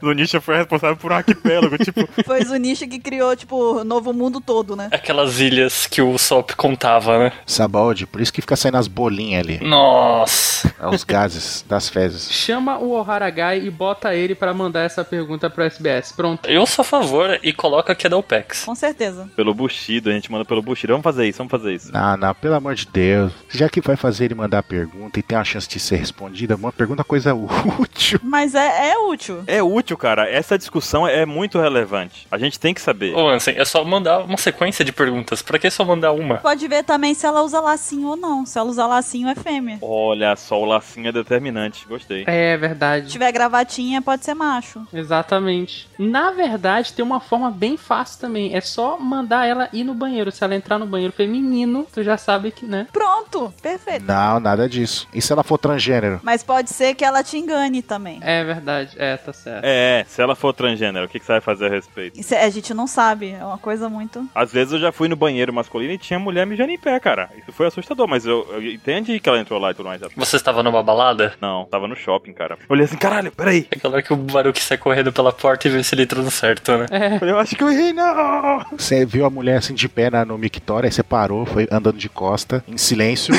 Zunisha foi responsável por um arquipélago. tipo,
Foi o Zunisha que criou, tipo, o novo mundo todo, né?
Aquelas ilhas que o Sop contava, né?
Sabalde, por isso que fica saindo as bolinhas ali.
Nossa.
É os gases das fezes.
chama o Oharagai e bota ele pra mandar essa pergunta pro SBS. Pronto.
Eu sou a favor e coloca que é da OPEX.
Com certeza.
pelo Bushido, a gente manda pelo Bushido. Vamos fazer isso, vamos fazer isso.
Não, não, pelo amor de Deus. Já que vai fazer ele mandar a pergunta e tem a chance de ser respondida, uma pergunta é coisa útil.
Mas é, é útil.
É útil, cara. Essa discussão é muito relevante. A gente tem que saber.
Ô, Ansem, é só mandar uma sequência de perguntas. Pra que só mandar uma?
Pode ver também se ela usa lacinho ou não. Se ela usar lacinho, é fêmea.
Olha só, o lacinho é determinante. Gostei.
É
Se
verdade.
tiver gravatinha, pode ser macho.
Exatamente. Na verdade, tem uma forma bem fácil também. É só mandar ela ir no banheiro. Se ela entrar no banheiro feminino, tu já sabe que, né?
Pronto, perfeito.
Não, nada disso. E se ela for transgênero?
Mas pode ser que ela te engane também.
É verdade. É, tá certo.
É, se ela for transgênero, o que, que você vai fazer a respeito?
Isso é- a gente não sabe, é uma coisa muito.
Às vezes eu já fui no banheiro masculino e tinha mulher mijando em pé, cara. Isso foi assustador, mas eu, eu entendi que ela entrou lá e tudo mais.
Você estava numa balada?
Não, tava no shopping, cara. Eu olhei assim, caralho, peraí.
É aquela hora que o Baruque sai correndo pela porta e vê se ele entra no certo, né?
Eu falei, Eu acho que eu errei, não.
Você viu a mulher assim de pé na, no mictório, aí você parou, foi andando de costa, em silêncio.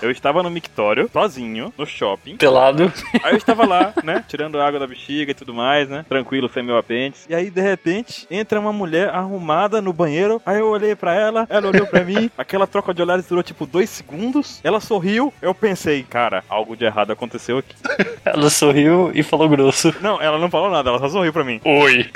Eu estava no mictório, sozinho, no shopping.
Pelado.
Aí eu estava lá, né? Tirando água da bexiga e tudo mais, né? Tranquilo, sem meu apêndice. E aí, de repente, entra uma mulher arrumada no banheiro. Aí eu olhei pra ela, ela olhou pra mim. Aquela troca de olhares durou tipo dois segundos. Ela sorriu. Eu pensei, cara, algo de errado aconteceu aqui.
Ela sorriu e falou grosso.
Não, ela não falou nada, ela só sorriu pra mim.
Oi.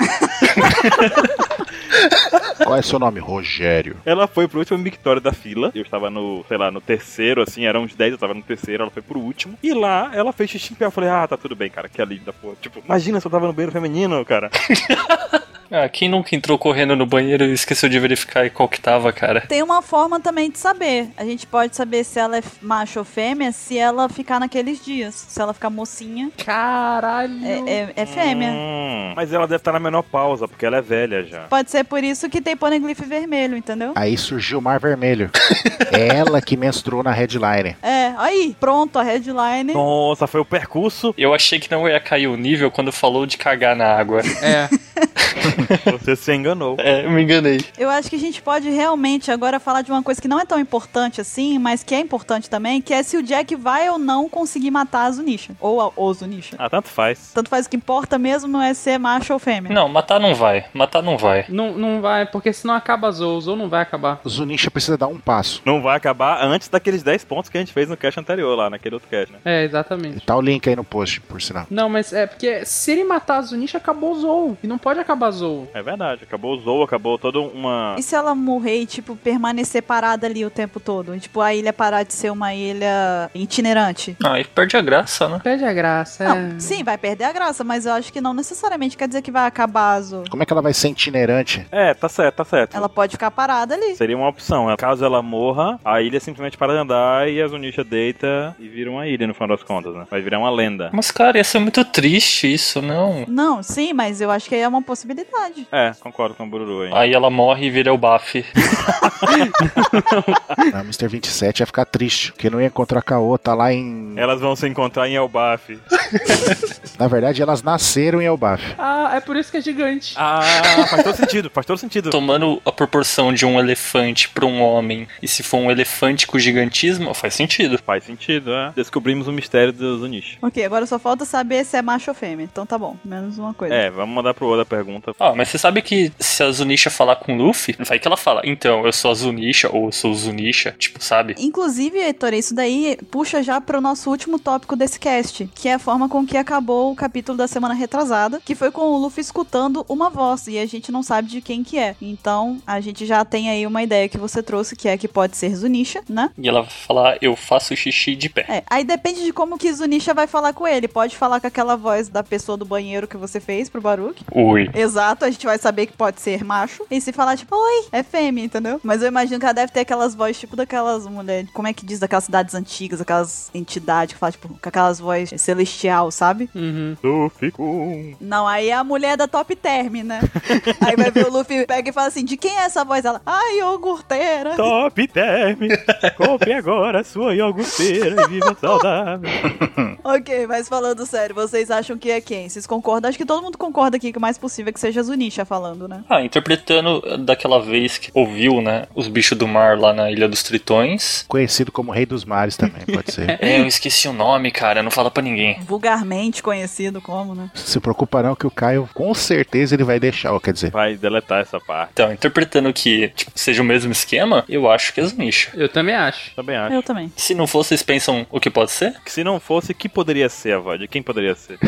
Qual é seu nome? Rogério.
Ela foi pro último mictório da fila. Eu estava no, sei lá, no terceiro, assim, eram uns 10, eu estava no terceiro, ela foi pro último. E lá ela fez xixi em pé. Eu falei, ah, tá tudo bem, cara, que ali da porra. Tipo, imagina se eu tava no banheiro feminino, cara.
Ah, quem nunca entrou correndo no banheiro e esqueceu de verificar qual que tava, cara?
Tem uma forma também de saber. A gente pode saber se ela é f- macho ou fêmea se ela ficar naqueles dias. Se ela ficar mocinha,
Caralho.
é, é- é fêmea.
Hum, mas ela deve estar na menor pausa, porque ela é velha já.
Pode ser por isso que tem poneglyph vermelho, entendeu?
Aí surgiu o Mar Vermelho. É ela que menstruou na headline.
É, aí, pronto, a headline.
Nossa, foi o percurso.
Eu achei que não ia cair o nível quando falou de cagar na água.
É.
Você se enganou.
É, eu me enganei.
Eu acho que a gente pode realmente agora falar de uma coisa que não é tão importante assim, mas que é importante também, que é se o Jack vai ou não conseguir matar a Zunisha. Ou a o Zunisha.
Ah, tanto faz.
Tanto faz o que importa mesmo é ser macho ou fêmea.
Não, matar não vai. Matar não vai.
Não, não vai, porque senão acaba Zou. Zou não vai acabar.
Zunisha precisa dar um passo.
Não vai acabar antes daqueles 10 pontos que a gente fez no cast anterior, lá naquele outro cast, né?
É, exatamente.
Tá o link aí no post, por sinal.
Não, mas é porque se ele matar a Zunisha, acabou Zou. E não pode acabar Zou.
É verdade, acabou o Zou, acabou toda uma.
E se ela morrer e, tipo, permanecer parada ali o tempo todo? E, tipo, a ilha parar de ser uma ilha itinerante?
Ah, e perde a graça, né?
Perde a graça, é.
Não, sim, vai perder a graça, mas eu acho que não necessariamente quer dizer que vai acabar a Zo.
Como é que ela vai ser itinerante?
É, tá certo, tá certo.
Ela pode ficar parada ali.
Seria uma opção. né? Caso ela morra, a ilha é simplesmente para de andar e a Zunisha deita e vira uma ilha no final das contas, né? Vai virar uma lenda.
Mas, cara, ia ser muito triste isso, não.
Não, sim, mas eu acho que aí é uma possibilidade.
É, concordo com o Bururu aí.
Aí ela morre e vira o Baf.
A Mr. 27 ia ficar triste, porque não ia encontrar Caô, tá lá em.
Elas vão se encontrar em Elbaf.
Na verdade, elas nasceram em Elbaf.
Ah, é por isso que é gigante.
Ah, faz todo sentido, faz todo sentido.
Tomando a proporção de um elefante pra um homem, e se for um elefante com gigantismo, faz sentido.
Faz sentido, é. Descobrimos o mistério do Zunisha.
Ok, agora só falta saber se é macho ou fêmea. Então tá bom, menos uma coisa.
É, vamos mandar pro outra pergunta.
Ah, mas você sabe que se a Zunisha falar com o Luffy, vai que ela fala, então, eu sou a Zunisha, ou eu sou o Zunisha, tipo, sabe?
Inclusive, Heitor, isso daí puxa já pro nosso último tópico desse cast, que é a forma com que acabou o capítulo da semana retrasada, que foi com o Luffy escutando uma voz, e a gente não sabe de quem que é. Então, a gente já tem aí uma ideia que você trouxe, que é que pode ser Zunisha, né?
E ela vai falar, eu faço xixi de pé.
É, aí depende de como que Zunisha vai falar com ele. Pode falar com aquela voz da pessoa do banheiro que você fez pro Baruque.
Oi.
Exato, a gente vai saber que pode ser macho. E se falar, tipo, oi, é fêmea, entendeu? Mas eu imagino que ela deve ter aquelas vozes, tipo, daquelas mulheres. Como é que diz daquelas cidades antigas, aquelas entidades que falam, tipo, com aquelas vozes celestial, sabe?
Uhum.
Eu fico um.
Não, aí é a mulher da top term, né? aí vai ver o Luffy pega e fala assim: de quem é essa voz? Ela, ai, iogurteira.
Top Term. Compre agora sua iogurteira e viva saudável.
ok, mas falando sério, vocês acham que é quem? Vocês concordam? Acho que todo mundo concorda aqui que o mais possível é que seja Zunisha falando, né?
Ah, interpretando daquela vez que ouviu, né, os bichos do mar lá na Ilha dos Tritões.
Conhecido como Rei dos Mares também, pode ser.
É, eu esqueci o nome, cara, não fala pra ninguém.
Vulgarmente conhecido como, né?
Se preocupa não que o Caio, com certeza, ele vai deixar, ó, quer dizer.
Vai deletar essa parte.
Então, interpretando que tipo, seja o mesmo esquema, eu acho que é Zunisha.
Eu também acho.
Também acho.
Eu também.
Se não for, vocês pensam o que pode ser?
Que se não fosse, que poderia ser a voz? De quem poderia ser?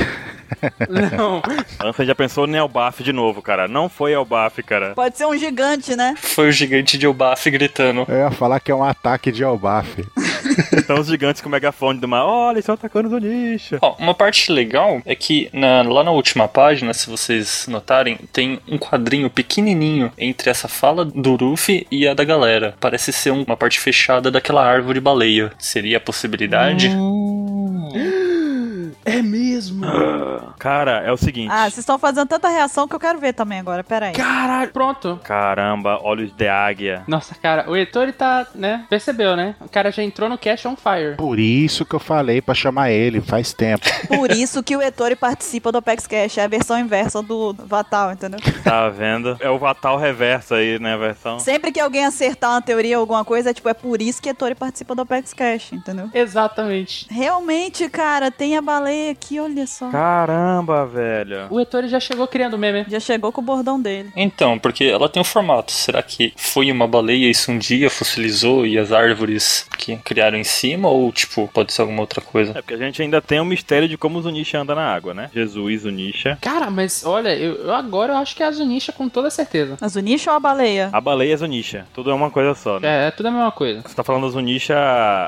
Não.
Anson já pensou no Elbaf de novo, cara. Não foi Elbaf, cara.
Pode ser um gigante, né?
Foi o gigante de Obaf gritando.
Eu ia falar que é um ataque de Elbaf.
Estão Então os gigantes com o megafone do mar. Olha, eles estão atacando o nicho.
Ó, uma parte legal é que na- lá na última página, se vocês notarem, tem um quadrinho pequenininho entre essa fala do Ruffy e a da galera. Parece ser um- uma parte fechada daquela árvore baleia. Seria a possibilidade?
É mesmo.
Cara, é o seguinte.
Ah, vocês estão fazendo tanta reação que eu quero ver também agora, peraí.
Caralho, pronto.
Caramba, olhos de águia.
Nossa, cara, o Heitor tá, né? Percebeu, né? O cara já entrou no Cash on Fire.
Por isso que eu falei pra chamar ele, faz tempo.
Por isso que o Ettore participa do Apex Cash, é a versão inversa do Vatal, entendeu?
Tá vendo? É o Vatal reverso aí, né, versão?
Sempre que alguém acertar uma teoria ou alguma coisa, é tipo, é por isso que Ettore participa do Apex Cash, entendeu?
Exatamente.
Realmente, cara, tem a baleia aqui, olha só.
Caramba, velho.
O Ettore já chegou criando meme.
Já chegou com o bordão dele.
Então, porque ela tem um formato. Será que foi uma baleia e isso um dia fossilizou e as árvores que criaram em cima? Ou, tipo, pode ser alguma outra coisa?
É porque a gente ainda tem o mistério de como Zunisha anda na água, né? Jesus, Zunisha.
Cara, mas olha, eu, eu agora eu acho que é a Zunisha com toda certeza.
A Zunisha ou a baleia?
A baleia é Zunisha. Tudo é uma coisa só, né?
É, é tudo a mesma coisa.
Você tá falando da Zunisha,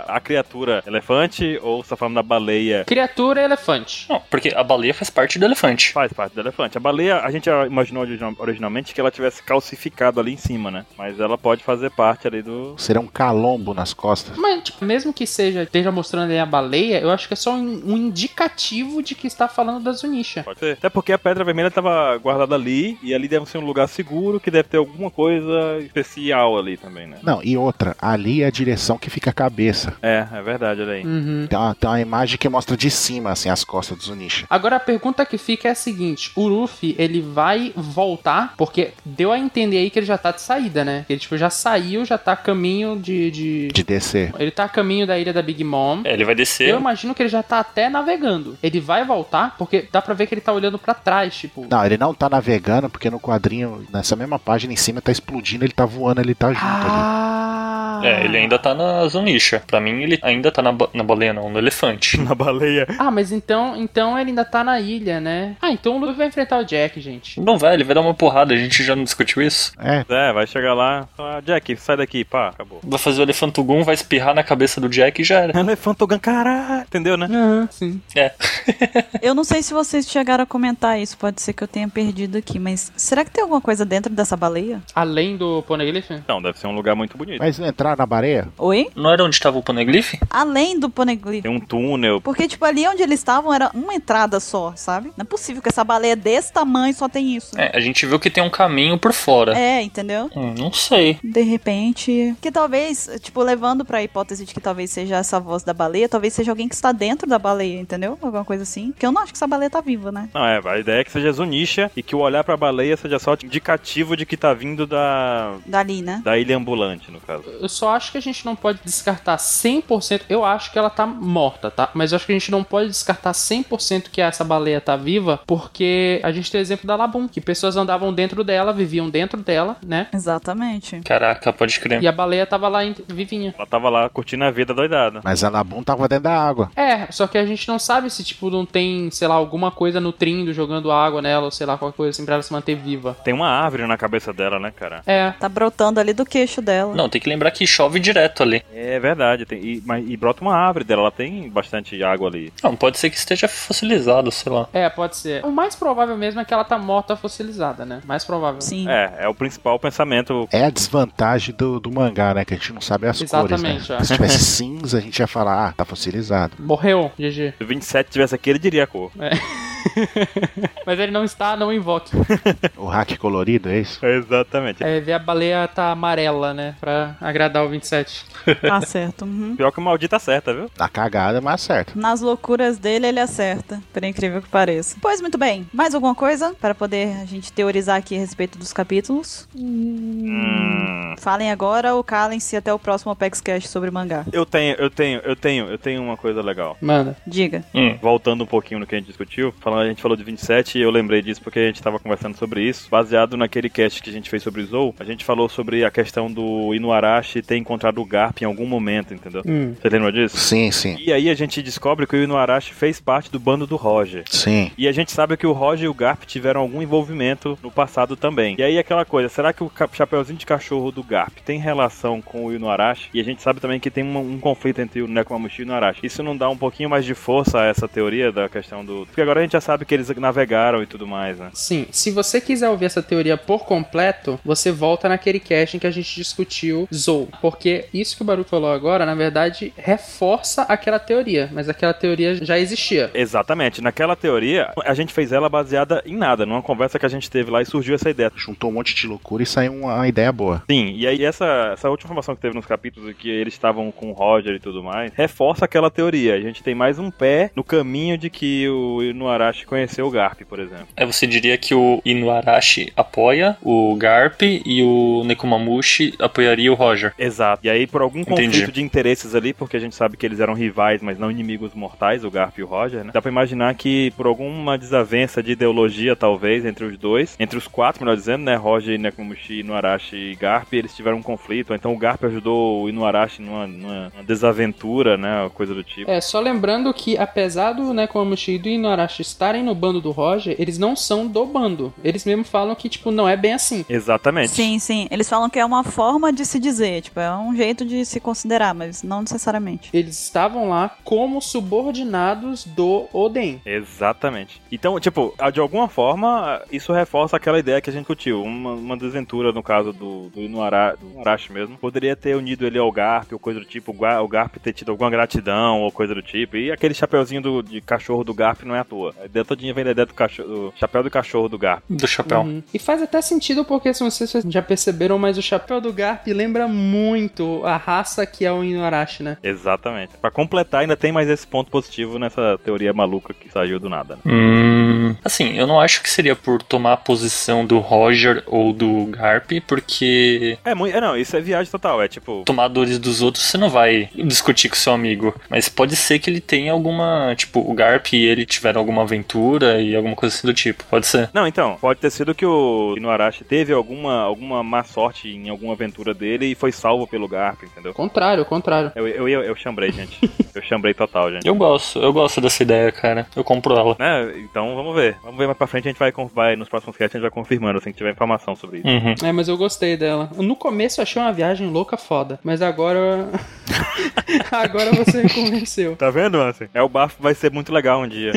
a criatura elefante, ou você tá falando da baleia?
Criatura e elefante.
Não, porque a baleia faz parte do elefante.
Faz parte do elefante. A baleia, a gente imaginou origi- originalmente que ela tivesse calcificado ali em cima, né? Mas ela pode fazer parte ali do.
Será um calombo nas costas.
Mas, tipo, mesmo que seja, esteja mostrando aí a baleia, eu acho que é só um, um indicativo de que está falando da Zunisha.
Pode ser. Até porque a pedra vermelha tava guardada ali, e ali deve ser um lugar seguro que deve ter alguma coisa especial ali também, né?
Não, e outra, ali é a direção que fica a cabeça.
É, é verdade, olha aí.
Uhum.
Tem uma, tem uma imagem que mostra de cima, assim, as costas do Zunisha.
Agora a pergunta que fica é a seguinte: o Luffy, ele vai voltar? Porque deu a entender aí que ele já tá de saída, né? Que ele tipo já saiu, já tá a caminho de, de-
De descer.
ele tá a caminho da ilha da Big Mom.
É, ele vai descer.
Eu imagino que ele já tá até navegando. Ele vai voltar porque dá pra ver que ele tá olhando pra trás, tipo.
Não, ele não tá navegando, porque no quadrinho, nessa mesma página em cima, tá explodindo, ele tá voando, ele tá junto ali.
Ah.
É, ele ainda tá na Zunisha. Pra mim, ele ainda tá na, ba- na baleia, não, no elefante.
Na baleia.
Ah, mas então, então ele ainda tá na ilha, né? Ah, então o Luffy vai enfrentar o Jack, gente.
Não vai, ele vai dar uma porrada, a gente já não discutiu isso.
É,
É, vai chegar lá. Ah, Jack, sai daqui, pá, acabou.
Vai fazer o elefantogum, vai espirrar na cabeça do Jack e já era.
Elefantogan, caralho. Entendeu, né?
Aham, sim.
É.
Eu não sei se vocês chegaram a comentar isso, pode ser que eu tenha perdido aqui, mas será que tem alguma coisa dentro dessa baleia?
Além do Poneglyph?
Não, deve ser um lugar muito bonito.
mas não entrar na baleia?
Oi?
Não era onde tava o Poneglyph?
Além do Poneglyph.
Tem um túnel.
Porque, tipo, ali onde eles estavam era uma entrada só, sabe? Não é possível que essa baleia desse tamanho só tem isso.
É, a gente viu que tem um caminho por fora.
É, entendeu?
Hum, não sei.
De repente. Que talvez, tipo, levando pra hipótese de que talvez seja essa voz da baleia, talvez seja alguém que está dentro da baleia, entendeu? Alguma coisa assim. Que eu não acho que essa baleia tá viva, né?
Não, é, a ideia é que seja Zunisha e que o olhar pra baleia seja só indicativo de que tá vindo da,
Dali, né?
da ilha ambulante, no caso.
Eu só acho que a gente não pode descartar 100%. Eu acho que ela tá morta, tá? Mas eu acho que a gente não pode descartar 100% que essa baleia tá viva, porque a gente tem o exemplo da Labum, que pessoas andavam dentro dela, viviam dentro dela, né?
Exatamente.
Caraca, pode crer.
E a baleia tava lá em- vivinha.
Ela tava lá curtindo a vida doidada.
Mas a Labum tava dentro da água.
É, só que a gente não sabe se, tipo, não tem, sei lá, alguma coisa nutrindo, jogando água nela, ou sei lá, qualquer coisa assim pra ela se manter viva.
Tem uma árvore na cabeça dela, né, cara?
É.
Tá brotando ali do queixo dela.
Não, tem que lembrar que chove direto ali.
É verdade. tem- e, mas- e brota uma árvore dela, ela tem bastante água ali.
Não, pode ser que esteja fossilizado, sei lá.
É, pode ser. O mais provável mesmo é que ela tá morta fossilizada, né? Mais provável.
Sim.
É, é o principal pensamento.
É a desvantagem do, do mangá, né? Que a gente não sabe as
Exatamente,
cores, né?
é.
Se tivesse cinza, a gente ia falar, ah, tá fossilizado.
Morreu, GG.
Se o 27 tivesse aqui, ele diria a cor.
É. Mas ele não está, não invoque.
O hack colorido, é isso?
Exatamente.
É, ver a baleia tá amarela, né? Pra agradar o 27.
Tá certo. Uhum.
Pior que o maldito acerta, viu?
Na cagada, mas certo.
Nas loucuras dele, ele acerta, por incrível que pareça. Pois muito bem, mais alguma coisa para poder a gente teorizar aqui a respeito dos capítulos?
Hum.
Falem agora ou calem-se até o próximo Apex Cash sobre mangá.
Eu tenho, eu tenho, eu tenho, eu tenho uma coisa legal.
Manda.
Diga.
Hum.
Voltando um pouquinho no que a gente discutiu, falando, a gente falou de 27 e eu lembrei disso porque a gente estava conversando sobre isso, baseado naquele cast que a gente fez sobre Zou, a gente falou sobre a questão do Inuarashi ter encontrado o Garp em algum momento, entendeu?
Hum.
Você lembra disso?
Sim, sim.
E aí a gente descobre que o Inuarashi fez parte do bando do Roger.
Sim.
E a gente sabe que o Roger e o Garp tiveram algum envolvimento no passado também. E aí aquela coisa, será que o ca- chapeuzinho de cachorro do Garp tem relação com o Inuarashi? E a gente sabe também que tem um, um conflito entre o Nekomamushi e o Inuarashi. Isso não dá um pouquinho mais de força a essa teoria da questão do... Porque agora a gente já já sabe que eles navegaram e tudo mais, né?
Sim, se você quiser ouvir essa teoria por completo, você volta naquele cast em que a gente discutiu Zou. Porque isso que o Baru falou agora, na verdade, reforça aquela teoria. Mas aquela teoria já existia.
Exatamente. Naquela teoria, a gente fez ela baseada em nada, numa conversa que a gente teve lá e surgiu essa ideia.
Juntou um monte de loucura e saiu uma ideia boa.
Sim, e aí essa, essa última informação que teve nos capítulos em que eles estavam com o Roger e tudo mais, reforça aquela teoria. A gente tem mais um pé no caminho de que o Inuarashi conheceu o Garp, por exemplo.
É, você diria que o Inuarashi apoia o Garp e o Nekomamushi apoiaria o Roger.
Exato. E aí, por algum conflito
Entendi.
de interesses ali, porque a gente sabe que eles eram rivais, mas não inimigos mortais, o Garp e o Roger, né? Dá pra imaginar que por alguma desavença de ideologia, talvez, entre os dois, entre os quatro, melhor dizendo, né? Roger, Nekomushi, Inuarashi e Garp, eles tiveram um conflito. ou Então o Garp ajudou o Inuarashi numa, numa- numa desaventura, né? Coisa do tipo.
É, só lembrando que apesar do Nekomamushi e do Inuarashi estarem no bando do Roger, eles não são do bando. Eles mesmo falam que, tipo, não é bem assim.
Exatamente.
Sim, sim. Eles falam que é uma forma de se dizer, tipo, é um jeito de se considerar, mas não necessariamente.
Eles estavam lá como subordinados do Oden.
Exatamente. Então, tipo, de alguma forma, isso reforça aquela ideia que a gente discutiu. Uma, uma desventura, no caso do, do, Inuara, do Inuarashi mesmo, poderia ter unido ele ao Garp ou coisa do tipo, o Gua- o Garp ter tido alguma gratidão ou coisa do tipo. E aquele chapeuzinho do, de cachorro do Garp não é à toa. A ideia todinha vem da ideia do, cachorro, do chapéu do cachorro do Garp.
Do chapéu.
Uhum. E faz até sentido porque, se vocês já perceberam, mas o chapéu do Garp lembra muito a raça que é o Inuarashi, né?
Exatamente. Pra completar, ainda tem mais esse ponto positivo nessa teoria maluca que saiu do nada. Né?
Hum, assim, eu não acho que seria por tomar a posição do Roger ou do Garp, porque
É, muito, é, não, isso é viagem total. É tipo,
tomar dores dos outros você não vai discutir com seu amigo. Mas pode ser que ele tenha alguma. Tipo, o Garp e ele tiveram alguma aventura e alguma coisa assim do tipo. Pode ser.
Não, então, pode ter sido que o Inuarashi teve alguma, alguma má sorte em alguma aventura dele e foi salvo pelo Garp, entendeu?
Contrário, contrário.
Eu, eu, eu, eu chambrei, gente. Eu chambrei total, gente.
Eu gosto, eu gosto dessa ideia, cara. Eu compro ela.
Né? Então vamos ver. Vamos ver mais pra frente, a gente vai, con- vai nos próximos casts, a gente vai confirmando, assim que tiver informação sobre isso.
Uhum.
É, mas eu gostei dela. No começo eu achei uma viagem louca foda, mas agora. agora você me convenceu.
Tá vendo, assim? É, o bafo vai ser muito legal um dia.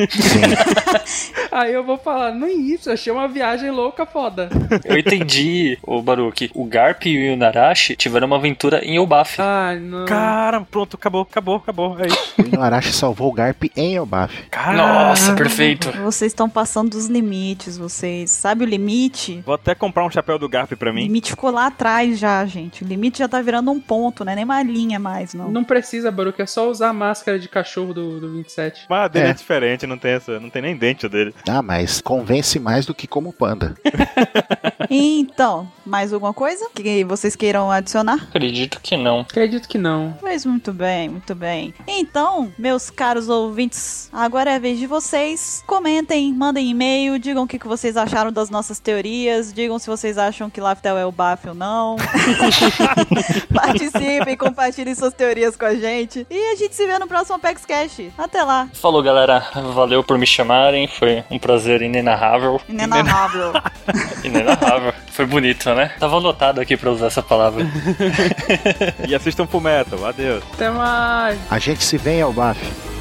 Aí eu vou falar, no início, achei uma viagem louca foda.
Eu entendi, ô Baruque. O Garp e o Inarashi tiveram uma aventura em Elbaf.
Ai, não.
Cara, pronto, acabou, acabou, acabou. É isso.
O Inuarashi salvou o Garp em Elbaf.
Cara,
Nossa, perfeito.
Vocês estão passando dos limites, vocês. Sabe o limite?
Vou até comprar um chapéu do Garp pra
O
mim.
limite ficou lá atrás já, gente. O limite já tá virando um ponto, né? Nem uma linha mais, não.
Não precisa, Baruque, é só usar a máscara de cachorro do, do 27.
Mas a dele é.
É.
diferente, não tem essa, não tem nem dente dele.
Ah, mas convence mais do que como panda.
Então, mais alguma coisa que vocês queiram adicionar?
Acredito que não.
Acredito que não.
Pois muito bem, muito bem. Então, meus caros ouvintes, agora é a vez de vocês. Comentem, mandem e-mail, digam o que que vocês acharam das nossas teorias, digam se vocês acham que Laftel é o Baf ou não. Participem, compartilhem suas teorias com a gente. E a gente se vê no próximo Apex Cash. Até lá.
Falou, galera. Valeu por me chamarem. Foi um prazer inenarrável.
Inenarrável.
Inenarrável. Foi bonito, né? Tava anotado aqui pra usar essa palavra.
E assistam pro Metal, adeus.
Até mais.
A gente se vê em Elbaf.